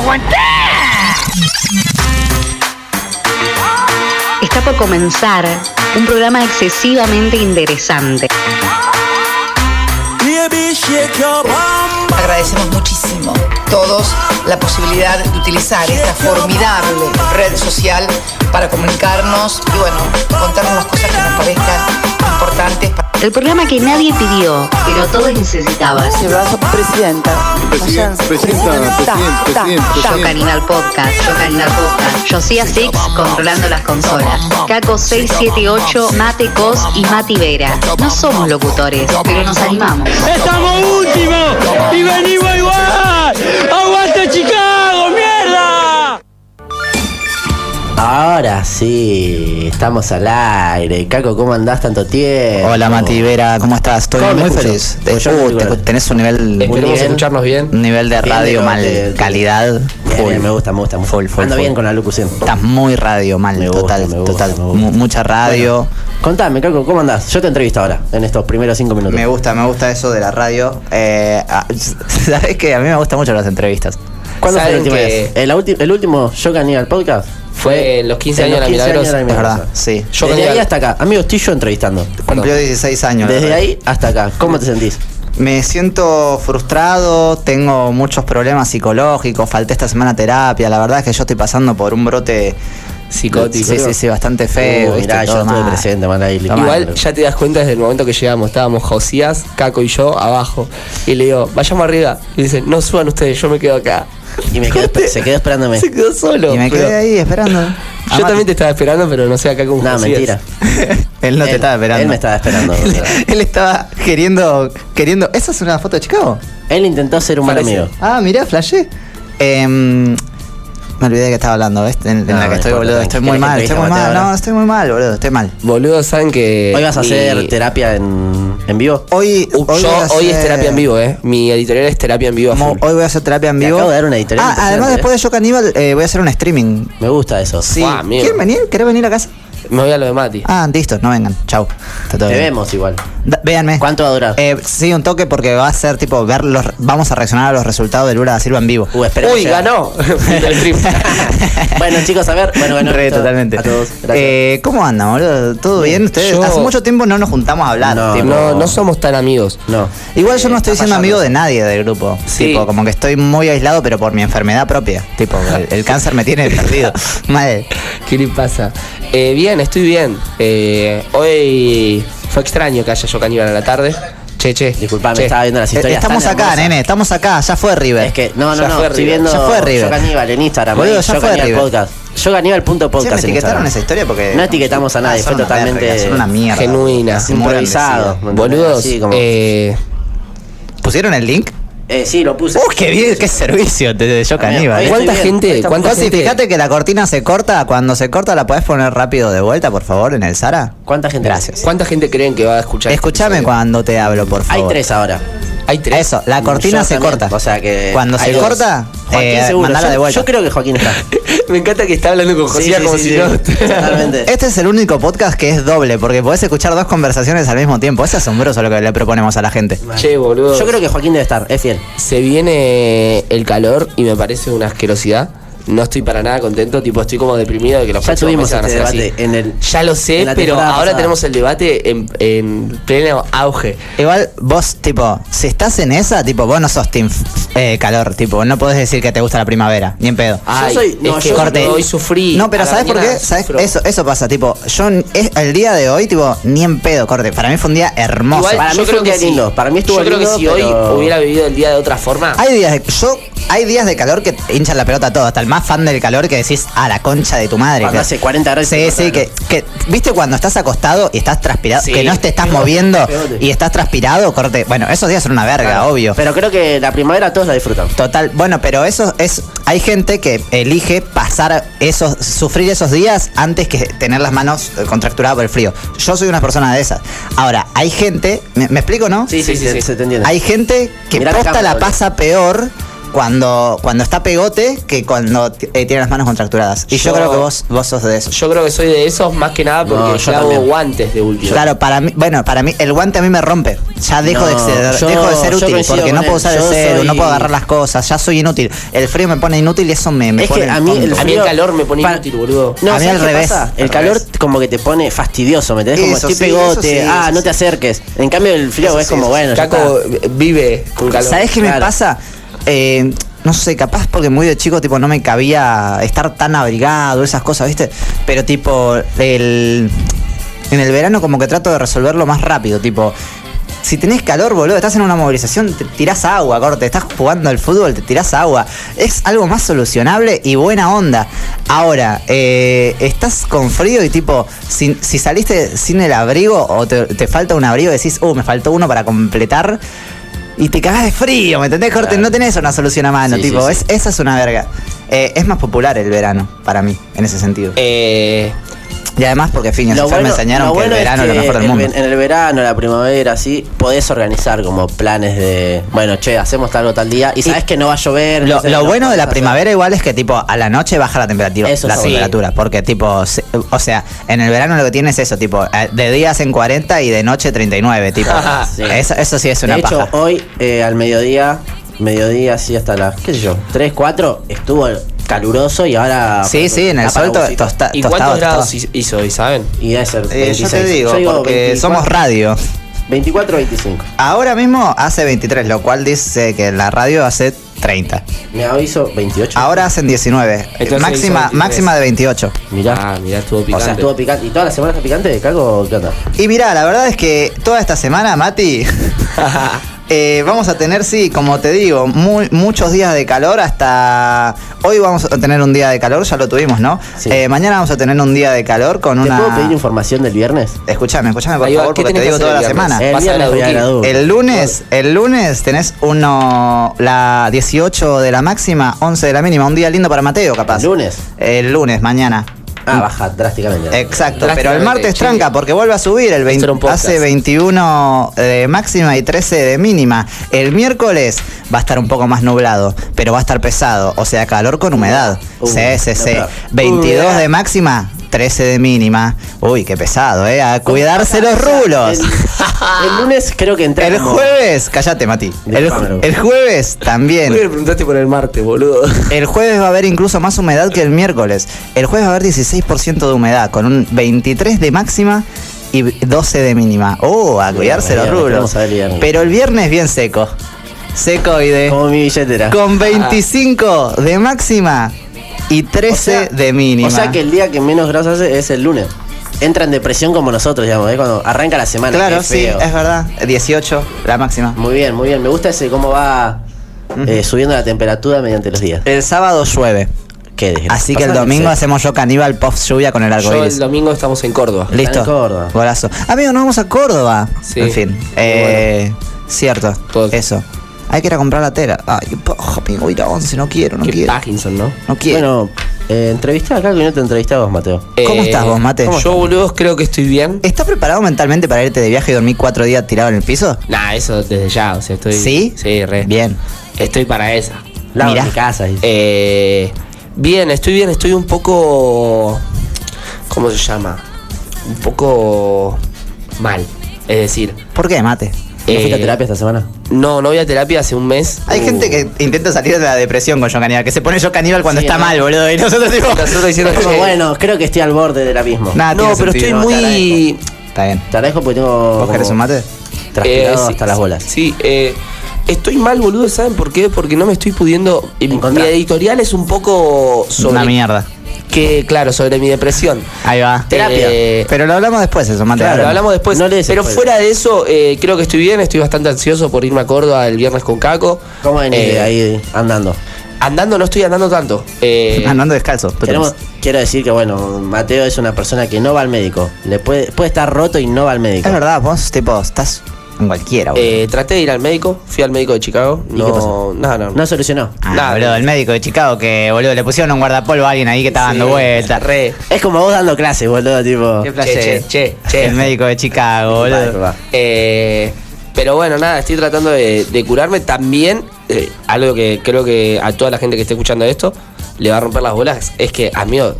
aguantar. Está por comenzar un programa excesivamente interesante. Agradecemos muchísimo todos la posibilidad de utilizar esta formidable red social para comunicarnos y bueno, contarnos las cosas que nos parezcan importantes. El programa que nadie pidió, pero todos necesitaban. Mi abrazo, presidenta. Vayan- Presidenta, presidenta, presidenta, presidenta. Yo Caninal Podcast, Yo Caninal Podcast, Josía Six controlando las consolas, Caco 678, Mate Cos y Mati Vera. No somos locutores, pero nos animamos. ¡Estamos últimos! ¡Y venimos igual! ¡Aguanta Chicago, mierda! Ahora sí, estamos al aire. Caco, ¿cómo andás tanto tiempo? Hola Mati Vera, ¿cómo estás? Estoy ¿Cómo me muy escucho? feliz. Yo Eh, me uh, escucho te- bien. tenés un nivel, un Esperemos nivel- escucharnos bien. un nivel de Bien, radio de- mal de- calidad. Bien, Full. bien, me gusta, me gusta. Full, full, Ando full. bien con la locución. Estás muy radio mal, Me gusta, total, me gusta, total. me gusta. Mu- Mucha radio. Contame, Caco, ¿cómo andás? Yo te entrevisto ahora, en estos primeros cinco minutos. Me gusta, me gusta eso de la radio. Eh, ah, Sabés que a mí me gustan mucho las entrevistas. ¿Cuándo fue la ¿Saben última que- vez? ¿El, ulti- el último Yo Caníbal Podcast? Fue en los En 15 los años de la 15 años Milagrosa. de la Es verdad, Milagrosa. sí. Yo Desde Caníbal- ahí hasta acá. Amigo, estoy yo entrevistando. Cumplió 16 años. la Desde radio. ahí hasta acá. ¿Cómo te sentís? Me siento frustrado, tengo muchos problemas psicológicos, falté esta semana a terapia, la verdad es que yo estoy pasando por un brote Psicótico. Sí, sí, sí, bastante feo. Uh, ¿viste? mirá, yo Todo no estuve mal. presente, mal ahí. Todo mal. Igual ya te das cuenta desde el momento que llegamos. Estábamos Josías, Caco y yo abajo. Y le digo, vayamos arriba. Y dicen, no suban ustedes, yo me quedo acá. Y me quedé- se quedó esperándome. Se quedó solo. Y me quedé pero- ahí esperando. Yo también te estaba esperando, pero no sé acá con No, Josías. mentira. Él no Él- te estaba esperando. él me estaba esperando, él, boludo. él estaba queriendo, queriendo. ¿Esa es una foto de Chicago? Él intentó ser un buen Parece. amigo. Ah, mirá, flashé. Em, me olvidé de que estaba hablando, ¿ves? En, en No, la no que estoy, importa, boludo. tranqui. Estoy ¿Querés muy que mal, entrevista estoy muy Mateo mal. ahora? No, estoy muy mal, boludo. Estoy mal. Boludo, saben que. Hoy vas a mi- hacer terapia en, en vivo. Hoy, Uh, hoy yo voy a hoy es hacer- terapia en vivo, eh. Mi editorial es terapia en vivo. a Mo- full. Hoy voy a hacer terapia en Te vivo. acabo de dar una editorial Ah, impresionante, además, eh. después de Yo Caníbal, eh, voy a hacer un streaming. Me gusta eso. Sí. Guau, amigo. ¿Quieren venir? ¿Querés venir a casa? Me voy a lo de Mati. Ah, listo, no vengan. Chau. Está todo Te bien. vemos igual. Da- véanme. ¿Cuánto va a durar? Eh, sí, un toque porque va a ser tipo ver los vamos a reaccionar a los resultados de Lula da Silva en vivo. Uh, espera que Uy, llegue. ganó. El trip. bueno, chicos, a ver. Bueno, bueno. Re, listo. totalmente. A todos. Gracias. Eh, ¿Cómo andan, boludo? ¿Todo bien? Ustedes yo- hace mucho tiempo no nos juntamos a hablar. No, tipo. no, no somos tan amigos. no. Igual yo Eh, no estoy está fallando. siendo amigo de nadie del grupo. Sí. Tipo, como que estoy muy aislado, pero por mi enfermedad propia. Tipo, el, el cáncer me tiene perdido. Madre. ¿Qué le pasa? Eh, bien, estoy bien. Eh, hoy fue extraño que haya yo caníbal a la tarde. Che, che. Disculpame, che. estaba viendo las Eh, historias. Estamos tan acá, hermosas. nene, estamos acá, ya fue River. Es que, no, no, Ya no. fue Estoy River. viendo. Eh. Ya fue River. Yo Caníbal en Instagram. Boludo, ahí, ya yo fue Caníbal River. Podcast. Yo Caníbal.podcast. Siempre etiquetaron esa historia porque. Ah, No etiquetamos a nadie, son fue una totalmente verga, son una mierda. genuina, Así muy Improvisado. grandecida. ¿me entendés? Boludos, Así como- eh, ¿Pusieron el link? Eh, sí, lo puse. ¡Uh, qué bien! ¡Qué servicio! Te de yo Amigo, caníbal. oye, eh. ¿cuánta bien, ahí gente? está. ¿Cuánta Cosí, gente? fíjate que la cortina se corta. Cuando se corta, ¿la podés poner rápido de vuelta, por favor, en el Sara? ¿Cuánta gente? Gracias. ¿Cuánta gente creen que va a escuchar? este Escúchame episodio? cuando te hablo, por Hay favor. tres ahora. Hay tres. Eso, la cortina Yo se también, corta. O sea que. Cuando se hay dos. corta, Joaquín eh, seguro. mandala yo, de vuelta. yo creo que Joaquín está. Me encanta que está hablando con José Sí, sí, como sí, si sí. no. Totalmente. Este es el único podcast que es doble, porque podés escuchar dos conversaciones al mismo tiempo. Es asombroso lo que le proponemos a la gente. Che, boludo. Yo creo que Joaquín debe estar, es fiel. se viene el calor y me parece una asquerosidad. No estoy para nada contento, tipo estoy como deprimido de que los Ya próximos tuvimos meses van a este ser debate así. en el- ya lo sé, en la pero temporada ahora pasada. tenemos el debate en, en pleno auge. Igual vos, tipo, si estás en esa, tipo, vos no sos team f- eh, calor, tipo, no podés decir que te gusta la primavera, ni en pedo. Ay, soy- no, es que yo corte. no- hoy sufrí. No, pero a la ¿sabes por mañana qué? ¿Sabes? sufro. Eso, eso pasa, tipo, yo n- es- el día de hoy, tipo, ni en pedo, corte. Para mí fue un día hermoso. Igual, Para yo mí fue creo un que día sí. lindo, para mí estuvo Yo creo que lindo, si pero- hoy hubiera vivido el día de otra forma, Hay días de, yo, hay días de calor que te hincha la pelota a todo, hasta el más fan del calor que decís a la concha de tu madre. Cuando que- hace 40 grados y Sí, te sí, que, cortan, que- viste cuando estás acostado y estás transpirado, Sí. que no te estás Pegote, moviendo pegote. y estás transpirado, corte. Bueno, esos días son una verga, obvio. Pero creo que la primavera todos la disfrutan. Total, bueno, pero eso es. Hay gente que elige pasar esos. sufrir esos días antes que tener las manos eh, contracturadas por el frío. Yo soy una persona de esas. Ahora, hay gente. ¿Me, me explico, no? Sí, sí, sí, se, sí. se te entiende. Hay gente que Mirá la posta cámara, la boludo. pasa peor cuando, cuando está pegote que cuando t- eh, tiene las manos contracturadas. Y yo, Yo- creo que vos, vos sos de eso. Yo creo que soy de esos más que nada porque No, yo yo hago también. guantes de último. Claro, para mí, bueno, para mí, el guante a mí me rompe. Ya dejo, de, No, ser, yo- dejo de ser yo útil, coincido porque con no él. puedo usar el Yo cero, soy- no puedo agarrar las cosas, ya soy inútil. El frío me pone inútil y eso me, me es pone que a mí el, tonto. A mí el calor me pone pa- inútil, boludo. No, A mí ¿sabes al qué revés, pasa? El al calor revés. como que te pone fastidioso, ¿me entendés? Como Eso estoy sí, eso pegote, sí, ah, eso no sí. te acerques. En cambio el frío Eso es sí, como, eso bueno, ya Caco está. vive con calor. ¿Sabes qué me Claro. pasa? Eh, no sé, capaz porque muy de chico, tipo, no me cabía estar tan abrigado, esas cosas, ¿viste? Pero tipo, el. En el verano como que trato de resolverlo más rápido, tipo. Si tenés calor, boludo, estás en una movilización, te tirás agua, corte, estás jugando al fútbol, te tirás agua. Es algo más solucionable y buena onda. Ahora, eh, estás con frío y tipo, si, si saliste sin el abrigo o te, te falta un abrigo, decís, uh, me faltó uno para completar. Y te cagás de frío, ¿me entendés, Corte? Claro. No tenés una solución a mano, Sí, tipo, sí, sí. Es, esa es una verga. Eh, es más popular el verano, para mí, en ese sentido. Eh, Y además porque, fin, Lo me bueno- enseñaron lo que bueno el es verano es lo que mejor del el mundo. ven- En el verano, la primavera, así, podés organizar como planes de, bueno, che, hacemos algo tal día y sabes que no va a llover. Lo, entonces lo no bueno de la podés hacer. primavera igual es que tipo a la noche baja la temperatura, Eso la está bueno. temperatura, porque tipo, se- o sea, en el verano lo que tienes es eso, tipo, eh, de día hacen 40 y de noche 39, tipo. Sí. eso, eso sí es una de hecho, paja. hoy eh, al mediodía, mediodía, así hasta las, qué sé yo, 3, 4, estuvo caluroso y ahora. Sí, sí, en el está sol to- para tosta- tostado, ¿Y cuántos tostado. grados hi- hizo hoy, saben? Y debe ser. Eh, yo te 26. digo, Yo porque 24, somos radio. 24, 25. Ahora mismo hace 23, lo cual dice que la radio hace 30. Me aviso 28. Ahora hacen 19. Entonces máxima, hizo 23. máxima de 28. Mirá. Ah, mirá, estuvo o picante. sea, estuvo picante. ¿Y toda la semana está picante? ¿Caco? ¿Qué onda? Y mirá, la verdad es que toda esta semana, Mati, eh, vamos a tener, sí, como te digo, muy, muchos días de calor hasta... Hoy vamos a tener un día de calor, ya lo tuvimos, ¿no? Sí. Eh, mañana vamos a tener un día de calor con ¿Te una... puedo pedir información del viernes? Escuchame, escuchame, por Ahí va, favor, ¿qué porque te tenés que digo hacer toda la el viernes? semana. Eh, Vas viernes a la voy a Duki. la Duki. El lunes, el lunes tenés uno, la 18 de la máxima, 11 de la mínima, un día lindo para Mateo, capaz. ¿El lunes? El lunes, mañana. Ah, baja drásticamente. Exacto, pero el Drásticamente, martes sí. tranca porque vuelve a subir el 20, era un podcast. hace 21 de máxima y 13 de mínima. El miércoles va a estar un poco más nublado, pero va a estar pesado, o sea, calor con humedad. Uh, sí, sí, sí. no, claro. 22 de máxima, 13 de mínima. Uy, qué pesado, eh, a cuidarse los rulos. El, el lunes creo que entré. El como- jueves, cállate, Mati. El, Disparalo. el jueves ¿Por qué también. me preguntaste por el martes, boludo? El jueves va a haber incluso más humedad que el miércoles. El jueves va a haber 16% de humedad, con un 23 de máxima y 12 de mínima. Oh, a cuidarse los mira, rubros. vamos a ver el viernes. Pero el viernes bien seco. Seco y de. Como mi billetera. Con 25 de máxima y 13 de mínima. O sea que el día que menos grados hace es el lunes. Entra en depresión como nosotros, digamos, ¿eh? cuando arranca la semana. Claro, qué sí, feo. es verdad. 18, la máxima. Muy bien, muy bien. Me gusta ese cómo va eh, subiendo la temperatura mediante los días. El sábado llueve. Qué desgracia. Así que el Pasan domingo en serio. hacemos yo caníbal post lluvia con el arco Yo iris. el domingo estamos en Córdoba. Listo. en Córdoba. Golazo. Amigo, nos vamos a Córdoba. Sí. En fin. Muy Eh, Cierto. Todo. Eso. Hay que ir a comprar la tela. Ay, qué paja, amigo. Ir a 11. No quiero, no Qué quiero. Parkinson, ¿no? No quiero. Bueno, eh, entrevistá acá que no te entrevistabas, Mateo. ¿Cómo estás vos, Mate? eh, Eh. Yo, ¿Cómo estás? boludo, creo que estoy bien. ¿Estás preparado mentalmente para irte de viaje y dormir cuatro días tirado en el piso? Nah, eso desde ya, o sea, estoy... ¿Sí? Sí, re. Bien. Estoy para esa. Lavo Mirá. mi casa. dice. Eh, bien, estoy bien, estoy un poco... ¿Cómo se llama? Un poco mal. Es decir, ¿Por qué, mate? ¿No fuiste a eh, terapia esta semana? no, no voy a terapia hace un mes. Hay Uh. gente que intenta salir de la depresión con yo caníbal, que se pone yo caníbal cuando Sí, está ¿no? mal, boludo. Y nosotros tipo. Nosotros diciendo, Como, eh, "Che, bueno, creo que estoy al borde del abismo. Nada, no, tiene pero sentido, estoy Oh. te muy... agradezco. Está bien. Te agradezco porque tengo. ¿Vos como querés un mate? Transpirado Eh, sí, hasta las sí, bolas. Sí, eh, estoy mal, boludo, ¿saben por qué? Porque no me estoy pudiendo. eh, Encontrar. Mi editorial es un poco sobre. Una mierda. Que, claro, sobre mi depresión. Ahí va. Terapia. Eh, Pero lo hablamos después, eso, mate. Claro, ahora. lo hablamos después. No le des pero spoiler. fuera de eso, eh, creo que estoy bien. Estoy bastante ansioso por irme a Córdoba el viernes con Caco. ¿Cómo venís Eh, de ahí andando? Andando, no estoy andando tanto. Eh, Andando Ah, descalzo. Queremos- quiero decir que, bueno, Mateo es una persona que no va al médico. Le puede, puede estar roto y no va al médico. Es verdad, vos, tipo, estás en cualquiera, boludo. eh, traté de ir al médico. Fui al médico de Chicago. ¿Y no, qué pasó? No, no. No solucionó. Ah, nada. eh. boludo, el médico de Chicago que, boludo, le pusieron un guardapolvo a alguien ahí que estaba dando Sí, vueltas. Re. Es como vos dando clases, boludo, tipo. Qué placer. che, che, che. El médico de Chicago, Disculpa, boludo. disculpa. Eh, pero bueno, nada, estoy tratando de, de curarme. También eh, algo que creo que a toda la gente que esté escuchando esto le va a romper las bolas, es que, amigo,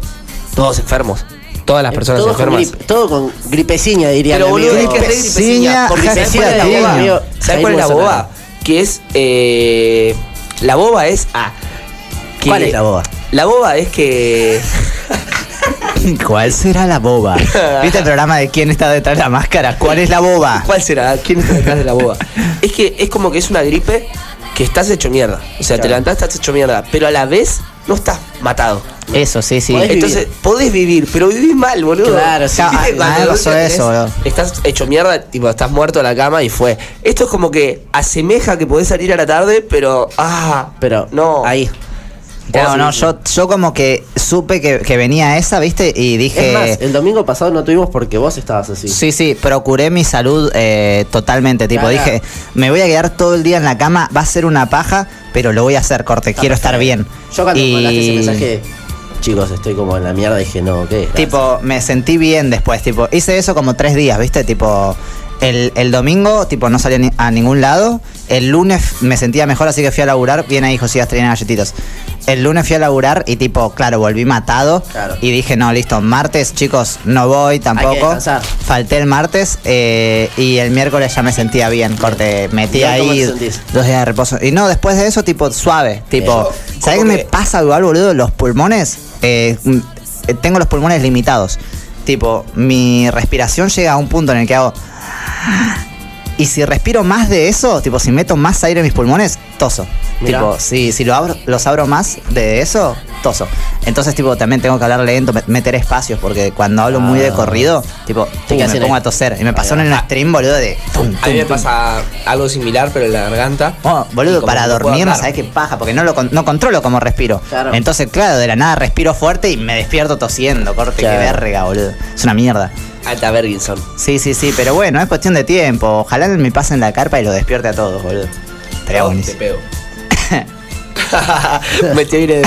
todos enfermos. Todas las personas todo, Eh, con enfermas. gripe, todo con gripeciña, diría Pero mi boludo, amigo. es que es re gripeciña. Gripeciña, Porque ¿sabes cuál es la gripeciña, boba? amigo. ¿Sabes Jair cuál es la Bolsonaro. boba? Que es. eh, la boba es. Ah, que- ¿Cuál es la boba? La boba es que. ¿Cuál será la boba? ¿Viste el programa de quién está detrás de la máscara? ¿Cuál es la boba? ¿Cuál será? ¿Quién está detrás de la boba? es que es como que es una gripe que estás hecho mierda. O sea, te levantás, estás hecho mierda. Pero a la vez no estás matado. Eso, sí, sí. Podés Entonces, podés vivir, pero vivís mal, boludo. Claro, sí. ¿Viste Ah, cuando a mí me de pasó última tenés- eso, boludo. Estás hecho mierda, tipo, estás muerto en la cama y fue. Esto es como que asemeja que podés salir a la tarde, pero. Ah, Pero no. ahí. Claro, no, yo, yo como que supe que, que venía esa, ¿viste? Y Es dije... más, el domingo pasado no tuvimos porque vos estabas así. Eh, Sí, sí, procuré mi salud eh, totalmente. Tipo, Claro. dije, me voy a quedar todo el día en la cama, va a ser una paja, pero lo voy a hacer, corte, quiero estar bien. Yo cuando Y- me mandaste ese mensaje, chicos, estoy como en la mierda, dije, no, ¿qué? era? Tipo, me sentí bien después, tipo, hice eso como tres días, ¿viste? Tipo, el, el domingo, tipo, no salí a ni- a ningún lado. El lunes me sentía mejor, así que fui a laburar. Bien ahí, Josías, traen galletitos. El lunes fui a laburar y, tipo, claro, volví matado. Claro. Y dije, no, listo, martes, chicos, no voy tampoco. descansar. Falté el martes eh, y el miércoles ya me sentía bien, corte. Metí ahora cómo ahí te sentís? dos días de reposo. Y no, después de eso, tipo, suave. Tipo, Yo, ¿sabes qué como me que- pasa, igual, boludo? Los pulmones, eh, mm, eh, tengo los pulmones limitados. Tipo, mi respiración llega a un punto en el que hago... Y si respiro más de eso, tipo, si meto más aire en mis pulmones, toso. Mirá. Tipo, si, si lo abro, los abro más de eso, toso. Entonces, tipo, también tengo que hablar lento, me- meter espacios, porque cuando hablo muy de Ah. corrido, tipo, Te uh, quedas me en pongo el- a toser. Y me pasó Ahí en el stream, boludo, de... tum, A mí tum, me tum. pasa algo similar, pero en la garganta. Oh, Y boludo, como para que no puedo dormir, no hablar. sabes qué paja, porque no lo con- no controlo cómo respiro. Claro. Entonces, claro, de la nada respiro fuerte y me despierto tosiendo, corte, Claro. qué verga, boludo. Es una mierda. Alta Berginson. Sí, sí, sí, pero bueno, es cuestión de tiempo. Ojalá me pasen la carpa y lo despierte a todos, boludo. Estaría Oh, Te buenísimo. pego. Me te viene de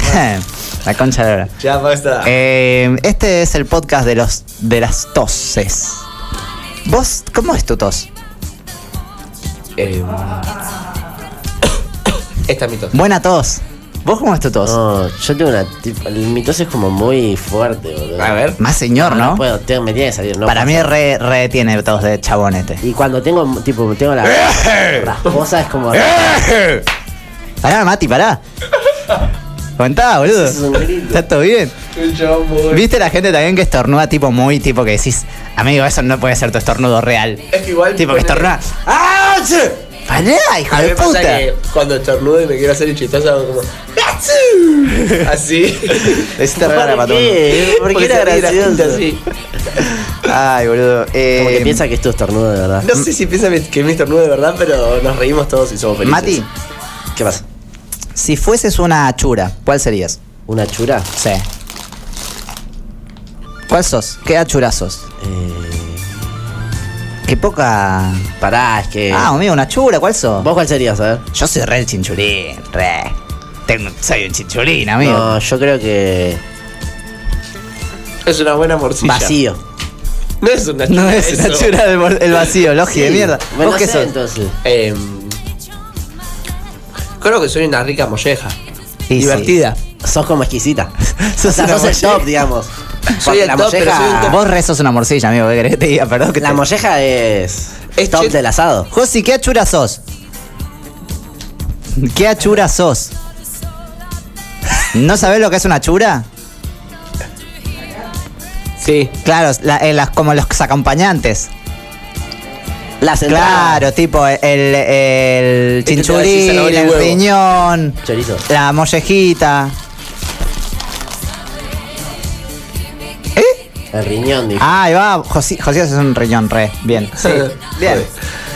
más. la concha de oro. Ya basta. Eh, este es el podcast de los de las toses. ¿Vos cómo es tu tos? Eh, Esta es mi tos. Buena tos. ¿Vos cómo es tu tos? No, yo tengo una. tipo- Mi tos es como muy fuerte, boludo. A ver. Más señor, No, ¿no? puedo, te- me tiene que salir, no. Para puedo. mí re, re tiene tos de chabonete. Y cuando tengo, tipo, tengo la. rasposa es como. ¡Eh! Pará, Mati, pará. Contá, boludo. es un grito. Está todo bien. ¿Viste la gente también que estornuda tipo muy tipo que decís, amigo, eso no puede ser tu estornudo real? Es que igual Tipo que ponele- estornuda. ¡Ah! sí! Pará, hijo A mí de me pasa puta. que cuando estornudo y me quiero hacer el chistoso, hago como. "Achú". Así. Necesitas ¿Por para patrón. qué? ¿Por qué Porque era se ríe la gente gracioso? así. Ay, boludo. eh, Como que piensa que esto es tornudo de verdad. No sé si piensa que me estornudo de verdad, pero nos reímos todos y somos felices. Mati, ¿Qué pasa? si fueses una achura, ¿cuál serías? ¿Una chura? Sí. ¿Cuál sos? ¿Qué achura sos? Eh, Qué poca. pará, es que. Ah, amigo, una achura, ¿cuál sos? Eh, ¿Vos cuál serías? A ver. Yo soy re el chinchulín, re. Tengo- soy un chinchulín, amigo. No, yo creo que. Es una buena morcilla. Vacío. No es una No chura es eso. una chura del bol- el vacío, logi de Sí. mierda. Bueno, ¿Vos no qué sé, sos? entonces. Em, creo que soy una rica molleja. Sí, divertida. Sos como exquisita. o Sos sea, una sos el molleja. top, digamos. Soy el la top, pero molleja- soy un Ah, Vos rezos una morcilla, amigo, ¿qué querés que te diga? Perdón que La te... molleja es. Es top che- del asado. Josi, ¿qué achura sos? ¿Qué achura sos? ¿No sabés lo que es una achura? Sí. Claro, la- eh, las, como los acompañantes. Las entradas. Claro, tipo el, el te va a decir chinchulín, zanahoria y el huevo. riñón, Chorizo. la mollejita. ¿Eh? El riñón, dijo. Ah, ahí va, Josías es un riñón, re, bien. Bien.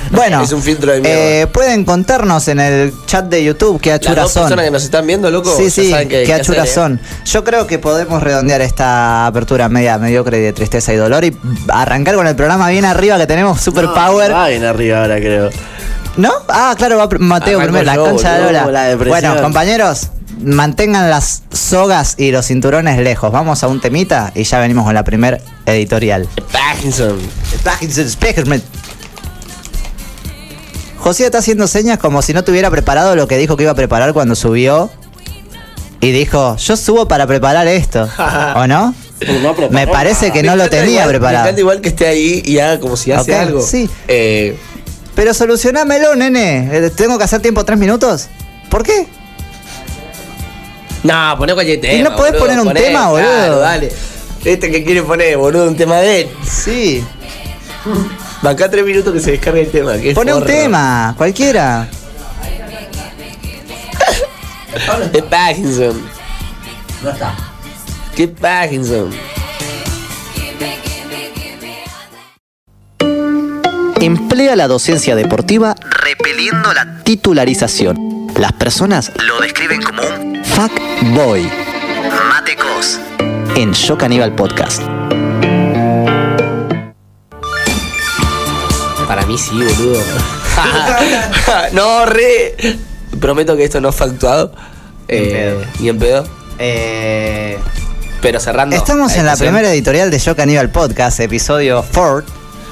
Bueno, Es un filtro de mierda. eh, pueden contarnos en el chat de YouTube qué Las achuras dos son. personas que nos están viendo, loco, Sí, ya sí, saben que, qué que hacer, achuras ¿eh? son. Yo creo que podemos redondear esta apertura media mediocre de tristeza y dolor y arrancar con el programa bien arriba que tenemos Superpower. Va bien arriba ahora, creo. ¿No? Ah, claro, va pr- Mateo Arranco primero, la yo, concha de boludo, la como la lora. depresión. Bueno, compañeros, mantengan las sogas y los cinturones lejos. Vamos a un temita y ya venimos con la primer editorial. Parkinson. Back in the speakerman. José está haciendo señas como si no tuviera preparado lo que dijo que iba a preparar cuando subió. Y dijo, yo subo para preparar esto. ¿O no? Me parece que no lo encanta tenía igual- Me encanta preparado. igual que esté ahí y haga como si hace Ok, algo. sí. Eh, Pero solucionámelo, nene. Eh, ¿Tengo que hacer tiempo tres minutos? ¿Por qué? no, poné cualquier tema. Y no podés boludo, poner un poné, tema, boludo. claro, dale. Este que quiere poner, boludo, un tema de él. Sí. Bancá tres minutos que se descargue el tema. que es Pone un forro. tema, cualquiera. De Parkinson. No está. ¿Qué Parkinson? Emplea la docencia deportiva repeliendo la titularización. Las personas lo describen como un fuckboy. Matecos. En Yo Caníbal Podcast. Para mí sí, boludo. no, re. Prometo que esto no fue actuado. Eh, ni en pedo. Eh, Pero cerrando. Estamos en la discusión. primera editorial de Yo Caníbal Podcast, episodio Ford.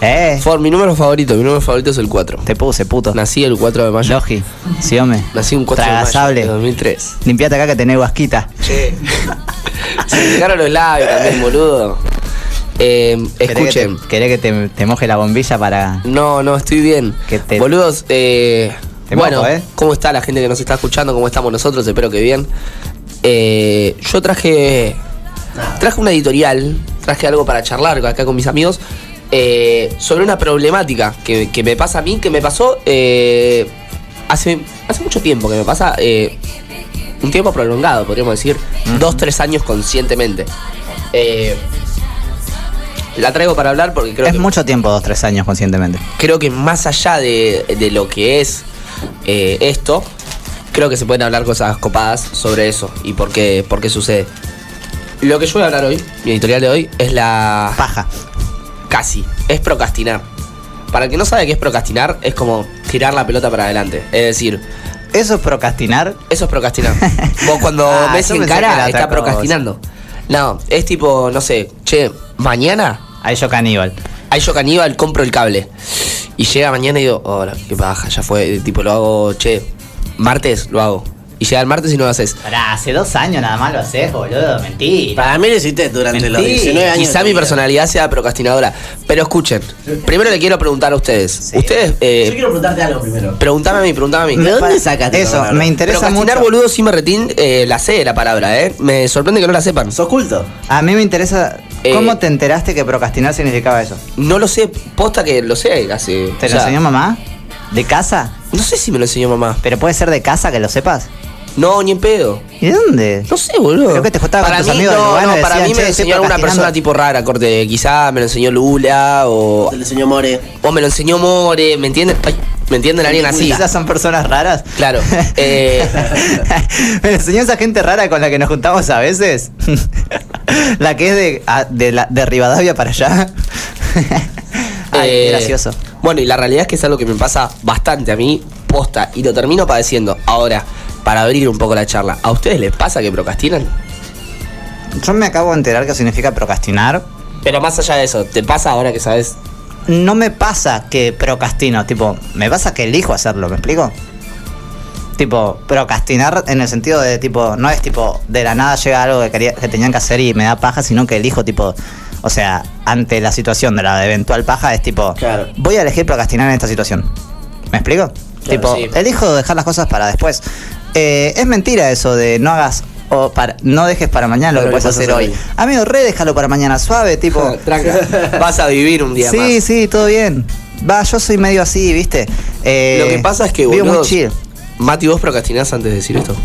Eh, Ford, mi número favorito, mi número favorito es el 4. te puse, puto. Nací el 4 de mayo. Logi, sí, hombre. Nací un 4 Tragasable. de mayo de 2003. Limpiate acá que tenés guasquita. Che. Se me picaron los labios también, boludo. Eh, escuchen. ¿Querés que te, querés que te- te moje la bombilla para.? No, no, estoy bien. Que te- Boludos, eh, Te bueno, mojo, ¿eh? ¿cómo está la gente que nos está escuchando? ¿Cómo estamos nosotros? Espero que bien. Eh, yo traje traje una editorial, traje algo para charlar acá con mis amigos eh, sobre una problemática que, que me pasa a mí, que me pasó eh, hace, hace mucho tiempo, que me pasa eh, un tiempo prolongado, podríamos decir, dos, tres años conscientemente. Eh, la traigo para hablar porque creo es que mucho tiempo, dos, tres años, conscientemente. creo que más allá de, de lo que es eh, esto, creo que se pueden hablar cosas copadas sobre eso y por qué, por qué sucede. Lo que yo voy a hablar hoy, mi editorial de hoy, es la... Paja. Casi. Es procrastinar. Para el que no sabe qué es procrastinar, es como tirar la pelota para adelante. Es decir, Eso es procrastinar. eso es procrastinar. Vos cuando Ah, ves yo en pensé que era cara, otra cosa. está procrastinando. No, es tipo, no sé, che, mañana Ahí yo caníbal. Ahí yo caníbal compro el cable. Y llega mañana y digo, hola, qué paja, ya fue. Tipo, lo hago, che, martes lo hago. Y llega el martes y no lo haces. Pará, hace dos años nada más lo haces, boludo. Mentira. Para mí lo hiciste durante los 19 años. Quizá de mi vida. personalidad sea procrastinadora. Pero escuchen, primero le quiero preguntar a ustedes. Ustedes, Yo eh, quiero preguntarte algo primero. preguntame a mí, preguntame a mí. ¿De dónde Para- sacaste esa Eso, palabra? me interesa Procrastinar, mucho. boludo, sin berretín, eh, la sé la palabra, ¿eh? Me sorprende que no la sepan. ¿Sos culto? A mí me interesa. Eh, ¿Cómo te enteraste que procrastinar significaba eso? No lo sé, posta que lo sé. Hace, ¿Te lo o sea, enseñó mamá? ¿De casa? No sé si me lo enseñó mamá. ¿Pero puede ser de casa que lo sepas? No, ni en pedo. ¿Y de dónde? No sé, boludo. Creo que te juntabas para con tus mí, amigos del no, lugar y no, decían, para mí "Che, me lo estoy enseñó una procrastinando". persona tipo rara, corte. Quizá me lo enseñó Lula o, Te lo enseñó More. o me lo enseñó More, ¿me entienden? Ay, ¿Me entienden? Alguien así. Esas son personas raras. Claro. Eh, Me enseñó esa gente rara con la que nos juntamos a veces. la que es de, a- de, la- de Rivadavia para allá. Ay, qué eh, gracioso. Bueno, y la realidad es que es algo que me pasa bastante a mí, posta, y lo termino padeciendo. Ahora, para abrir un poco la charla, ¿a ustedes les pasa que procrastinan? Yo me acabo de enterar que significa procrastinar. Pero más allá de eso, ¿te pasa ahora que sabes? No me pasa que procrastino, tipo, me pasa que elijo hacerlo, ¿me explico? Tipo, procrastinar en el sentido de tipo, no es tipo, de la nada llega algo que, quería, que tenían que hacer y me da paja, sino que elijo tipo, o sea, ante la situación de la eventual paja es tipo, Claro. voy a elegir procrastinar en esta situación. ¿Me explico? tipo, sí. elijo dejar las cosas para después. Eh, es mentira eso de no hagas o para, no dejes para mañana lo que Claro, puedes hacer hoy. Amigo, re déjalo para mañana, suave, tipo. Tranca, vas a vivir un día Oh. Sí, más. sí, todo bien. Va, yo soy medio así, ¿viste? Eh, Lo que pasa es que, vivo muy boludo, chill. Mati, ¿vos procrastinás antes de decir esto?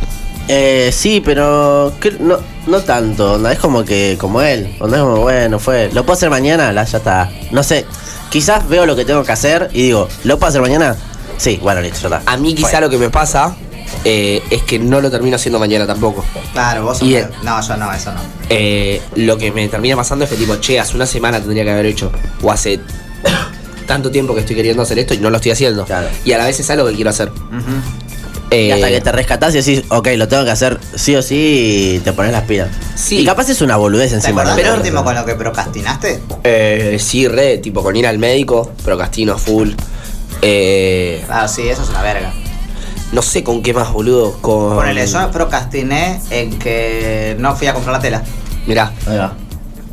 Eh, sí, pero cre- no, no tanto, onda, es como que, como él, onda, es como, bueno, fue, lo puedo hacer mañana, la, ya está, no sé, quizás veo lo que tengo que hacer y digo, ¿lo puedo hacer mañana? Sí, bueno, listo, ya está. A mí quizá Fue. lo que me pasa eh, es que no lo termino haciendo mañana tampoco. Claro, vos sos Y- medio- No, yo no, eso no. Eh, lo que me termina pasando es que tipo, che, hace una semana tendría que haber hecho. O hace tanto tiempo que estoy queriendo hacer esto y no lo estoy haciendo. Claro. Y a la vez es algo que quiero hacer. Y Eh, hasta que te rescatás y decís, ok, lo tengo que hacer sí o sí, y te pones las pilas. Sí. Y capaz es una boludez ¿Te encima. acordás ¿no? del último con lo que procrastinaste? eh, sí, re, tipo con ir al médico, procrastino full. Eh, Ah, sí, eso es una verga. no sé con qué más, boludo. Con. Ponele, yo procrastiné en que no fui a comprar la tela. Mirá. Ahí va.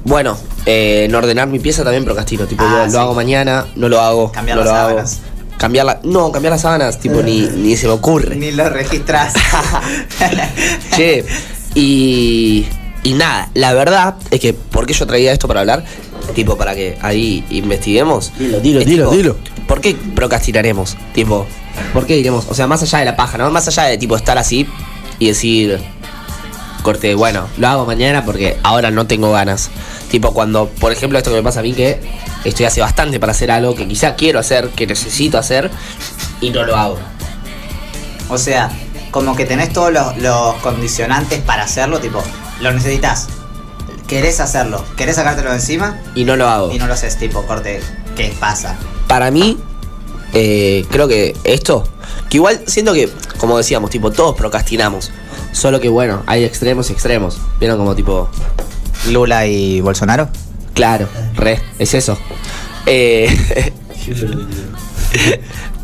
Bueno, eh, en ordenar mi pieza también procrastino. Tipo, Ah, yo sí. lo hago mañana, no lo hago. Cambiar no las lo hago. sábanas. Eh. Cambiar la- No, cambiar las sábanas, tipo, ni, ni se me ocurre. Ni lo registras. Che, y, y nada, la verdad es que, ¿por qué yo traía esto para hablar? Tipo, para que ahí investiguemos. Dilo, dilo, Es dilo, tipo, dilo. ¿Por qué procrastinaremos? Tipo, ¿por qué diremos? O sea, más allá de la paja, ¿no? Más allá de tipo estar así y decir, corte, bueno, lo hago mañana porque ahora no tengo ganas. Tipo, cuando, por ejemplo, esto que me pasa a mí que estoy hace bastante para hacer algo que quizá quiero hacer, que necesito hacer, y no lo hago. o sea, como que tenés todos los, los condicionantes para hacerlo, tipo, lo necesitas. Querés hacerlo, querés sacártelo de encima Y no lo hago. y no lo haces, tipo, corte, ¿qué pasa? para mí, eh, creo que esto, que igual siento que, como decíamos, tipo, todos procrastinamos. Solo que bueno, hay extremos y extremos. Vieron como tipo, Lula y Bolsonaro. claro, re, es eso. Eh,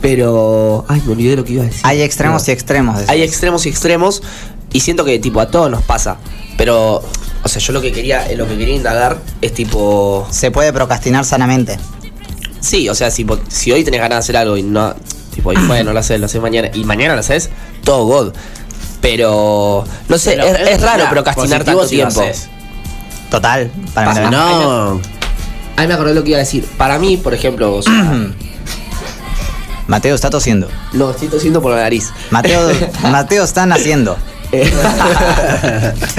pero, ay, me olvidé de lo que iba a decir. Hay extremos y extremos. decís. Hay extremos y extremos y siento que tipo a todos nos pasa. Pero, o sea, yo lo que quería, en lo que quería indagar es tipo, Se puede procrastinar sanamente. Sí, o sea, si, po- si hoy tenés ganas de hacer algo y no. Tipo, y bueno, lo haces, lo haces mañana. Y mañana lo haces, todo God. Pero. No sé, Pero es, es raro mirá, procrastinar positivo tanto si lo tiempo. haces. Total, para mí la Pasa, verdad. No, A mí me acordé lo que iba a decir. Para mí, por ejemplo. o sea, Mateo está tosiendo. no, estoy tosiendo por la nariz. Mateo, Mateo está naciendo. Eh,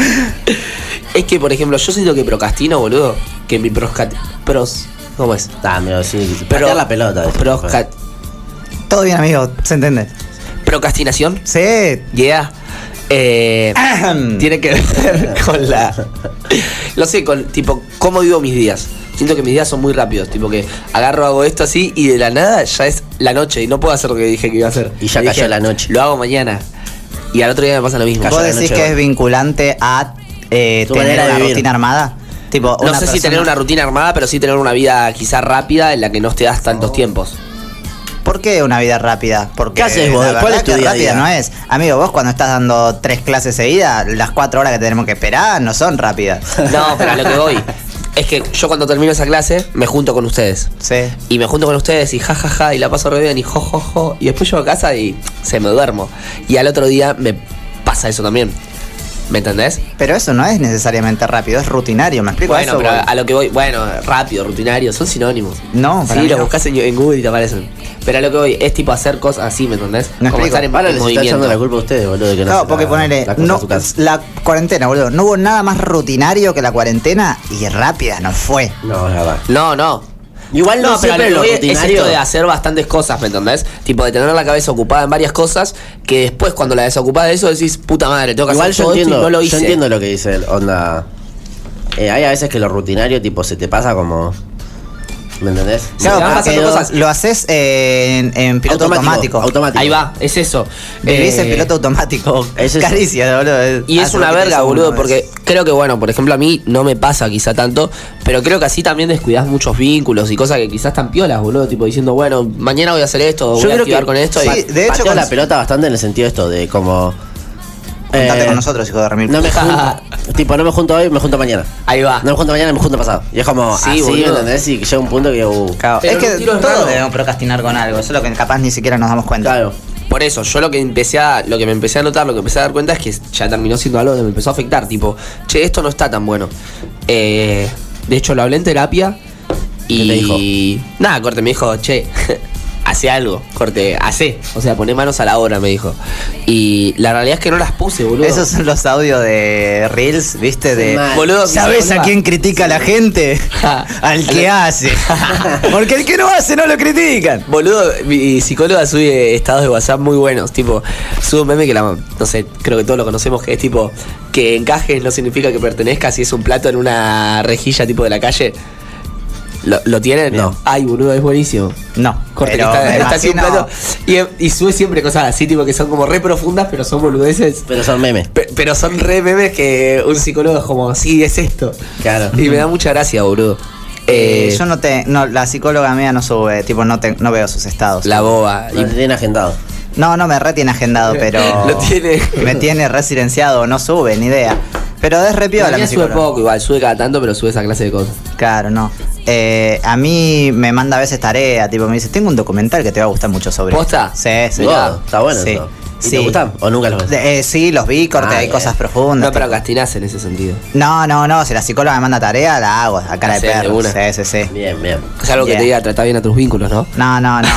es que, por ejemplo, yo siento que procrastino, boludo. Que mi proscat. Pros. ¿Cómo es? está, amigo, sí. Pro- Patear la pelota. prosca- Todo bien, amigo, ¿se entiende? procrastinación. Sí. Yeah. Eh, Ah. Ahem. tiene que ver con la. No sé, con tipo, cómo vivo mis días. Siento que mis días son muy rápidos. Tipo que agarro, hago esto así y de la nada ya es la noche y no puedo hacer lo que dije que iba a hacer. Y ya Y cayó dije, la noche. Lo hago mañana. Y al otro día me pasa lo mismo. ¿Vos la decís noche, que va. es vinculante a eh, Tu tener manera de una vivir. rutina armada? Tipo, no sé si tener una rutina armada, pero sí tener una vida quizá rápida en la que no te das tantos tiempos. ¿Por qué una vida rápida? Porque ¿Qué haces vos? la ¿Cuál verdad es tu que día a rápida día? no es. Amigo, vos cuando estás dando tres clases seguidas, las cuatro horas que tenemos que esperar no son rápidas. No, pero a lo que voy. Es que yo cuando termino esa clase me junto con ustedes. Sí. Y me junto con ustedes y jajaja y la paso re bien y jojojo. Y después llego a casa y se me duermo. Y al otro día me pasa eso también. ¿Me entendés? Pero eso no es necesariamente rápido, es rutinario, ¿me explico Bueno, eso? pero boludo? a lo que voy, bueno, rápido, rutinario, son sinónimos. No, para Sí, mí lo no. buscas en, en Google y te aparecen. Pero a lo que voy, es tipo hacer cosas así, ¿me entendés? Me Como explico. estar en, Ahora les en está movimiento. echando la culpa a ustedes, boludo. de Que no, No, hacen porque la- ponele, la cosa en no, su casa. la cuarentena, boludo, no hubo nada más rutinario que la cuarentena y rápida no fue. No, es verdad. No, no. Igual no, pero siempre a lo que lo voy es rutinario. esto de hacer bastantes cosas, ¿me entendés? Tipo de tener la cabeza ocupada en varias cosas que después cuando la desocupás de eso decís, puta madre, tengo que Igual hacer yo todo entiendo, esto y no lo hice. yo entiendo lo que dice el onda. Eh, hay a veces que lo rutinario tipo se te pasa como. ¿Me entendés? Sí, van porque pasando lo, cosas. lo haces en, en piloto automático. Automático, automático. Ahí va, es eso. Vivís en Eh, piloto automático. es eso. Caricia, boludo. Y es Hace una lo que verga, querés, boludo, uno porque creo que, bueno, por ejemplo, a mí no me pasa quizá tanto, pero creo que así también descuidás muchos vínculos y cosas que quizás están piolas, boludo, tipo diciendo, bueno, mañana voy a hacer esto, voy a activar con esto. sí, y... de de hecho, hecho, cuando- la pelota bastante en el sentido esto de como. es. Juntate eh, con nosotros, hijo de remil. No me junto. tipo, no me junto hoy, me junto mañana. Ahí va. No me junto mañana, me junto pasado. Y es como Sí, así, ¿me boludo. entendés? Y llega un punto que. uh, Claro, Pero es el que tiro es todos raro. debemos procrastinar con algo, eso es lo que capaz ni siquiera nos damos cuenta. claro. Por eso, yo lo que empecé a, lo que me empecé a notar, lo que empecé a dar cuenta es que ya terminó siendo algo que me empezó a afectar, tipo, che, esto no está tan bueno. Eh, de hecho, lo hablé en terapia ¿Qué te y nada, corte, me dijo, che, hace algo, corte, hace. O sea, poné manos a la obra, me dijo. Y la realidad es que no las puse, boludo. Esos son los audios de Reels, ¿viste? De, Mal. Boludo, ¿Sabes boludo. a quién critica la gente? Ja. Al que hace. Porque el que no hace no lo critican. Boludo, mi psicóloga sube estados de WhatsApp muy buenos. Tipo, sube un meme que la. No sé, creo que todos lo conocemos, que es tipo. Que encajes no significa que pertenezcas. Si es un plato en una rejilla tipo de la calle. ¿Lo, lo tienen? No. Ay, boludo, es buenísimo. No, Corte, que pero está, me está así un imagino- plato. Y, y sube siempre cosas así, tipo, que son como re profundas, pero son boludeces. Pero son memes. Pe- Pero son re memes que un psicólogo es como, sí, es esto. Claro. Y me da mucha gracia, boludo. Eh, Eh, yo no te. No, la psicóloga mía no sube, tipo, no, te, no veo sus estados. La boba. Lo Y- tienen agendado. No, no me re tiene agendado, pero. Lo tiene. Me tiene residenciado, no sube, ni idea. Pero es re piola la mía mi sube psicóloga. poco, igual, sube cada tanto, pero sube esa clase de cosas. Claro, no. Eh, a mí me manda a veces tarea, tipo, me dice, tengo un documental que te va a gustar mucho sobre. ¿Posta? Sí, sí. Mirá, está bueno Sí. eso. ¿Y Sí. ¿Te gustan? ¿O nunca los ves? De- eh, sí, los vi, corte, Ah, hay bien. cosas profundas. No, pero castinás en ese sentido. No, no, no, si la psicóloga me manda tarea, la hago, a cara de Hacés de perro. una. Sí, sí, sí. Bien, bien. Es algo que Bien. te diga, tratar bien a tus vínculos, ¿no? No, no, no.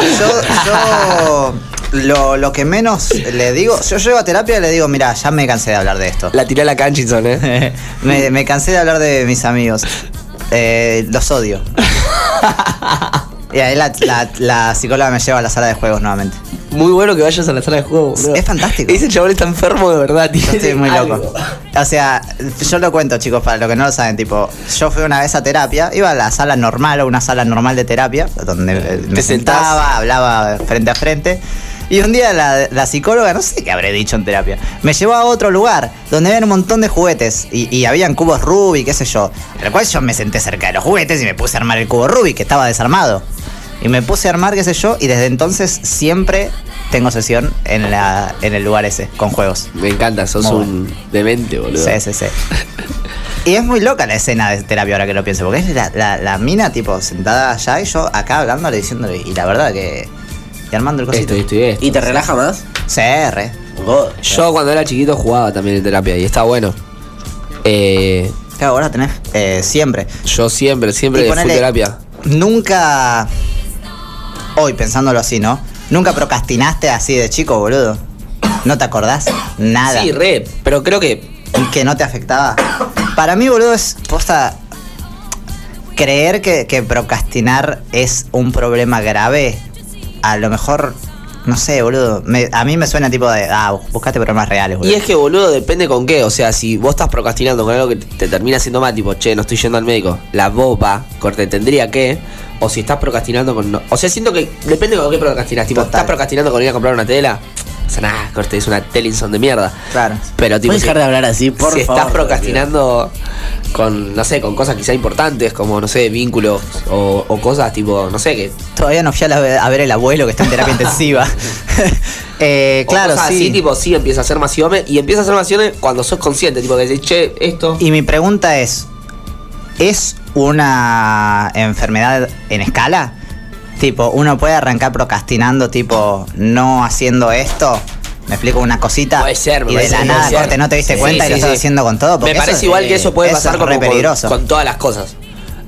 De hecho, yo, yo lo, lo que menos le digo, yo llego a terapia y le digo, mira, ya me cansé de hablar de esto. La tiré a la Canchinson, ¿eh? me, me cansé de hablar de mis amigos. Eh, los odio. Y ahí la, la- la psicóloga me lleva a la sala de juegos nuevamente. Muy bueno que vayas a la sala de juego, boludo. Es fantástico. Ese chabón está enfermo de verdad, tío. Yo estoy muy Algo. loco. O sea, yo lo cuento, chicos, para los que no lo saben, tipo, yo fui una vez a terapia, iba a la sala normal, a una sala normal de terapia, donde eh, me Te sentás. sentaba, hablaba frente a frente. Y un día la, la psicóloga, no sé qué habré dicho en terapia, me llevó a otro lugar donde había un montón de juguetes y, y habían cubos Rubik, qué sé yo. Al cual yo me senté cerca de los juguetes y me puse a armar el cubo Rubik que estaba desarmado. Y me puse a armar, qué sé yo, y desde entonces siempre tengo sesión en, la, en el lugar ese, con juegos. Me encanta, sos Muy un demente, boludo. Sí, sí, sí. Y es muy loca la escena de terapia ahora que lo pienso, porque es la, la- la mina tipo sentada allá y yo acá hablándole, diciéndole, y la verdad que... Y armando el cosito. Esto, esto y esto. ¿Y te relaja más? CR. God. Yo cuando era chiquito jugaba también en terapia y está bueno. Eh, Claro, ahora tenés eh, siempre. yo siempre, siempre Y fui ponele, terapia. Nunca... Hoy, pensándolo así, ¿no? Nunca procrastinaste así de chico, boludo. ¿No te acordás? Nada. Sí, re, pero creo que que no te afectaba. Para mí, boludo, es posta. Creer que, que procrastinar es un problema grave, a lo mejor, no sé, boludo. me- a mí me suena tipo de, ah, buscate problemas reales, boludo. Y es que, boludo, depende con qué. O sea, si vos estás procrastinando con algo que te termina haciendo mal, tipo, che, no estoy yendo al médico, la boba, corte, tendría que. O si estás procrastinando con. no- O sea, siento que depende con qué procrastinas. Tipo, Total. estás procrastinando con ir a comprar una tela. O sea, nada, corte, es una Telinson de mierda. Claro. Pero, tipo. ¿Puedes si- dejar de hablar así, por si favor? estás procrastinando con, no sé, con cosas quizá importantes, como, no sé, vínculos o, o cosas tipo, no sé, que. Todavía no fui a, la- a ver el abuelo que está en terapia intensiva. Eh, o claro, sí. cosas así, tipo, sí, empieza a hacer más y empieza a hacer más cuando sos consciente, tipo, que decís, che, esto. Y mi pregunta es, ¿es una enfermedad en escala? Tipo, uno puede arrancar procrastinando, tipo, no haciendo esto. Me explico una cosita. Puede ser, me y de parece la que nada, puede ser. corte, no te diste Sí, cuenta y sí, lo estás sí. haciendo con todo. Me porque parece es, igual que eh, eso puede pasar es como re con- peligroso. Con, todas las cosas.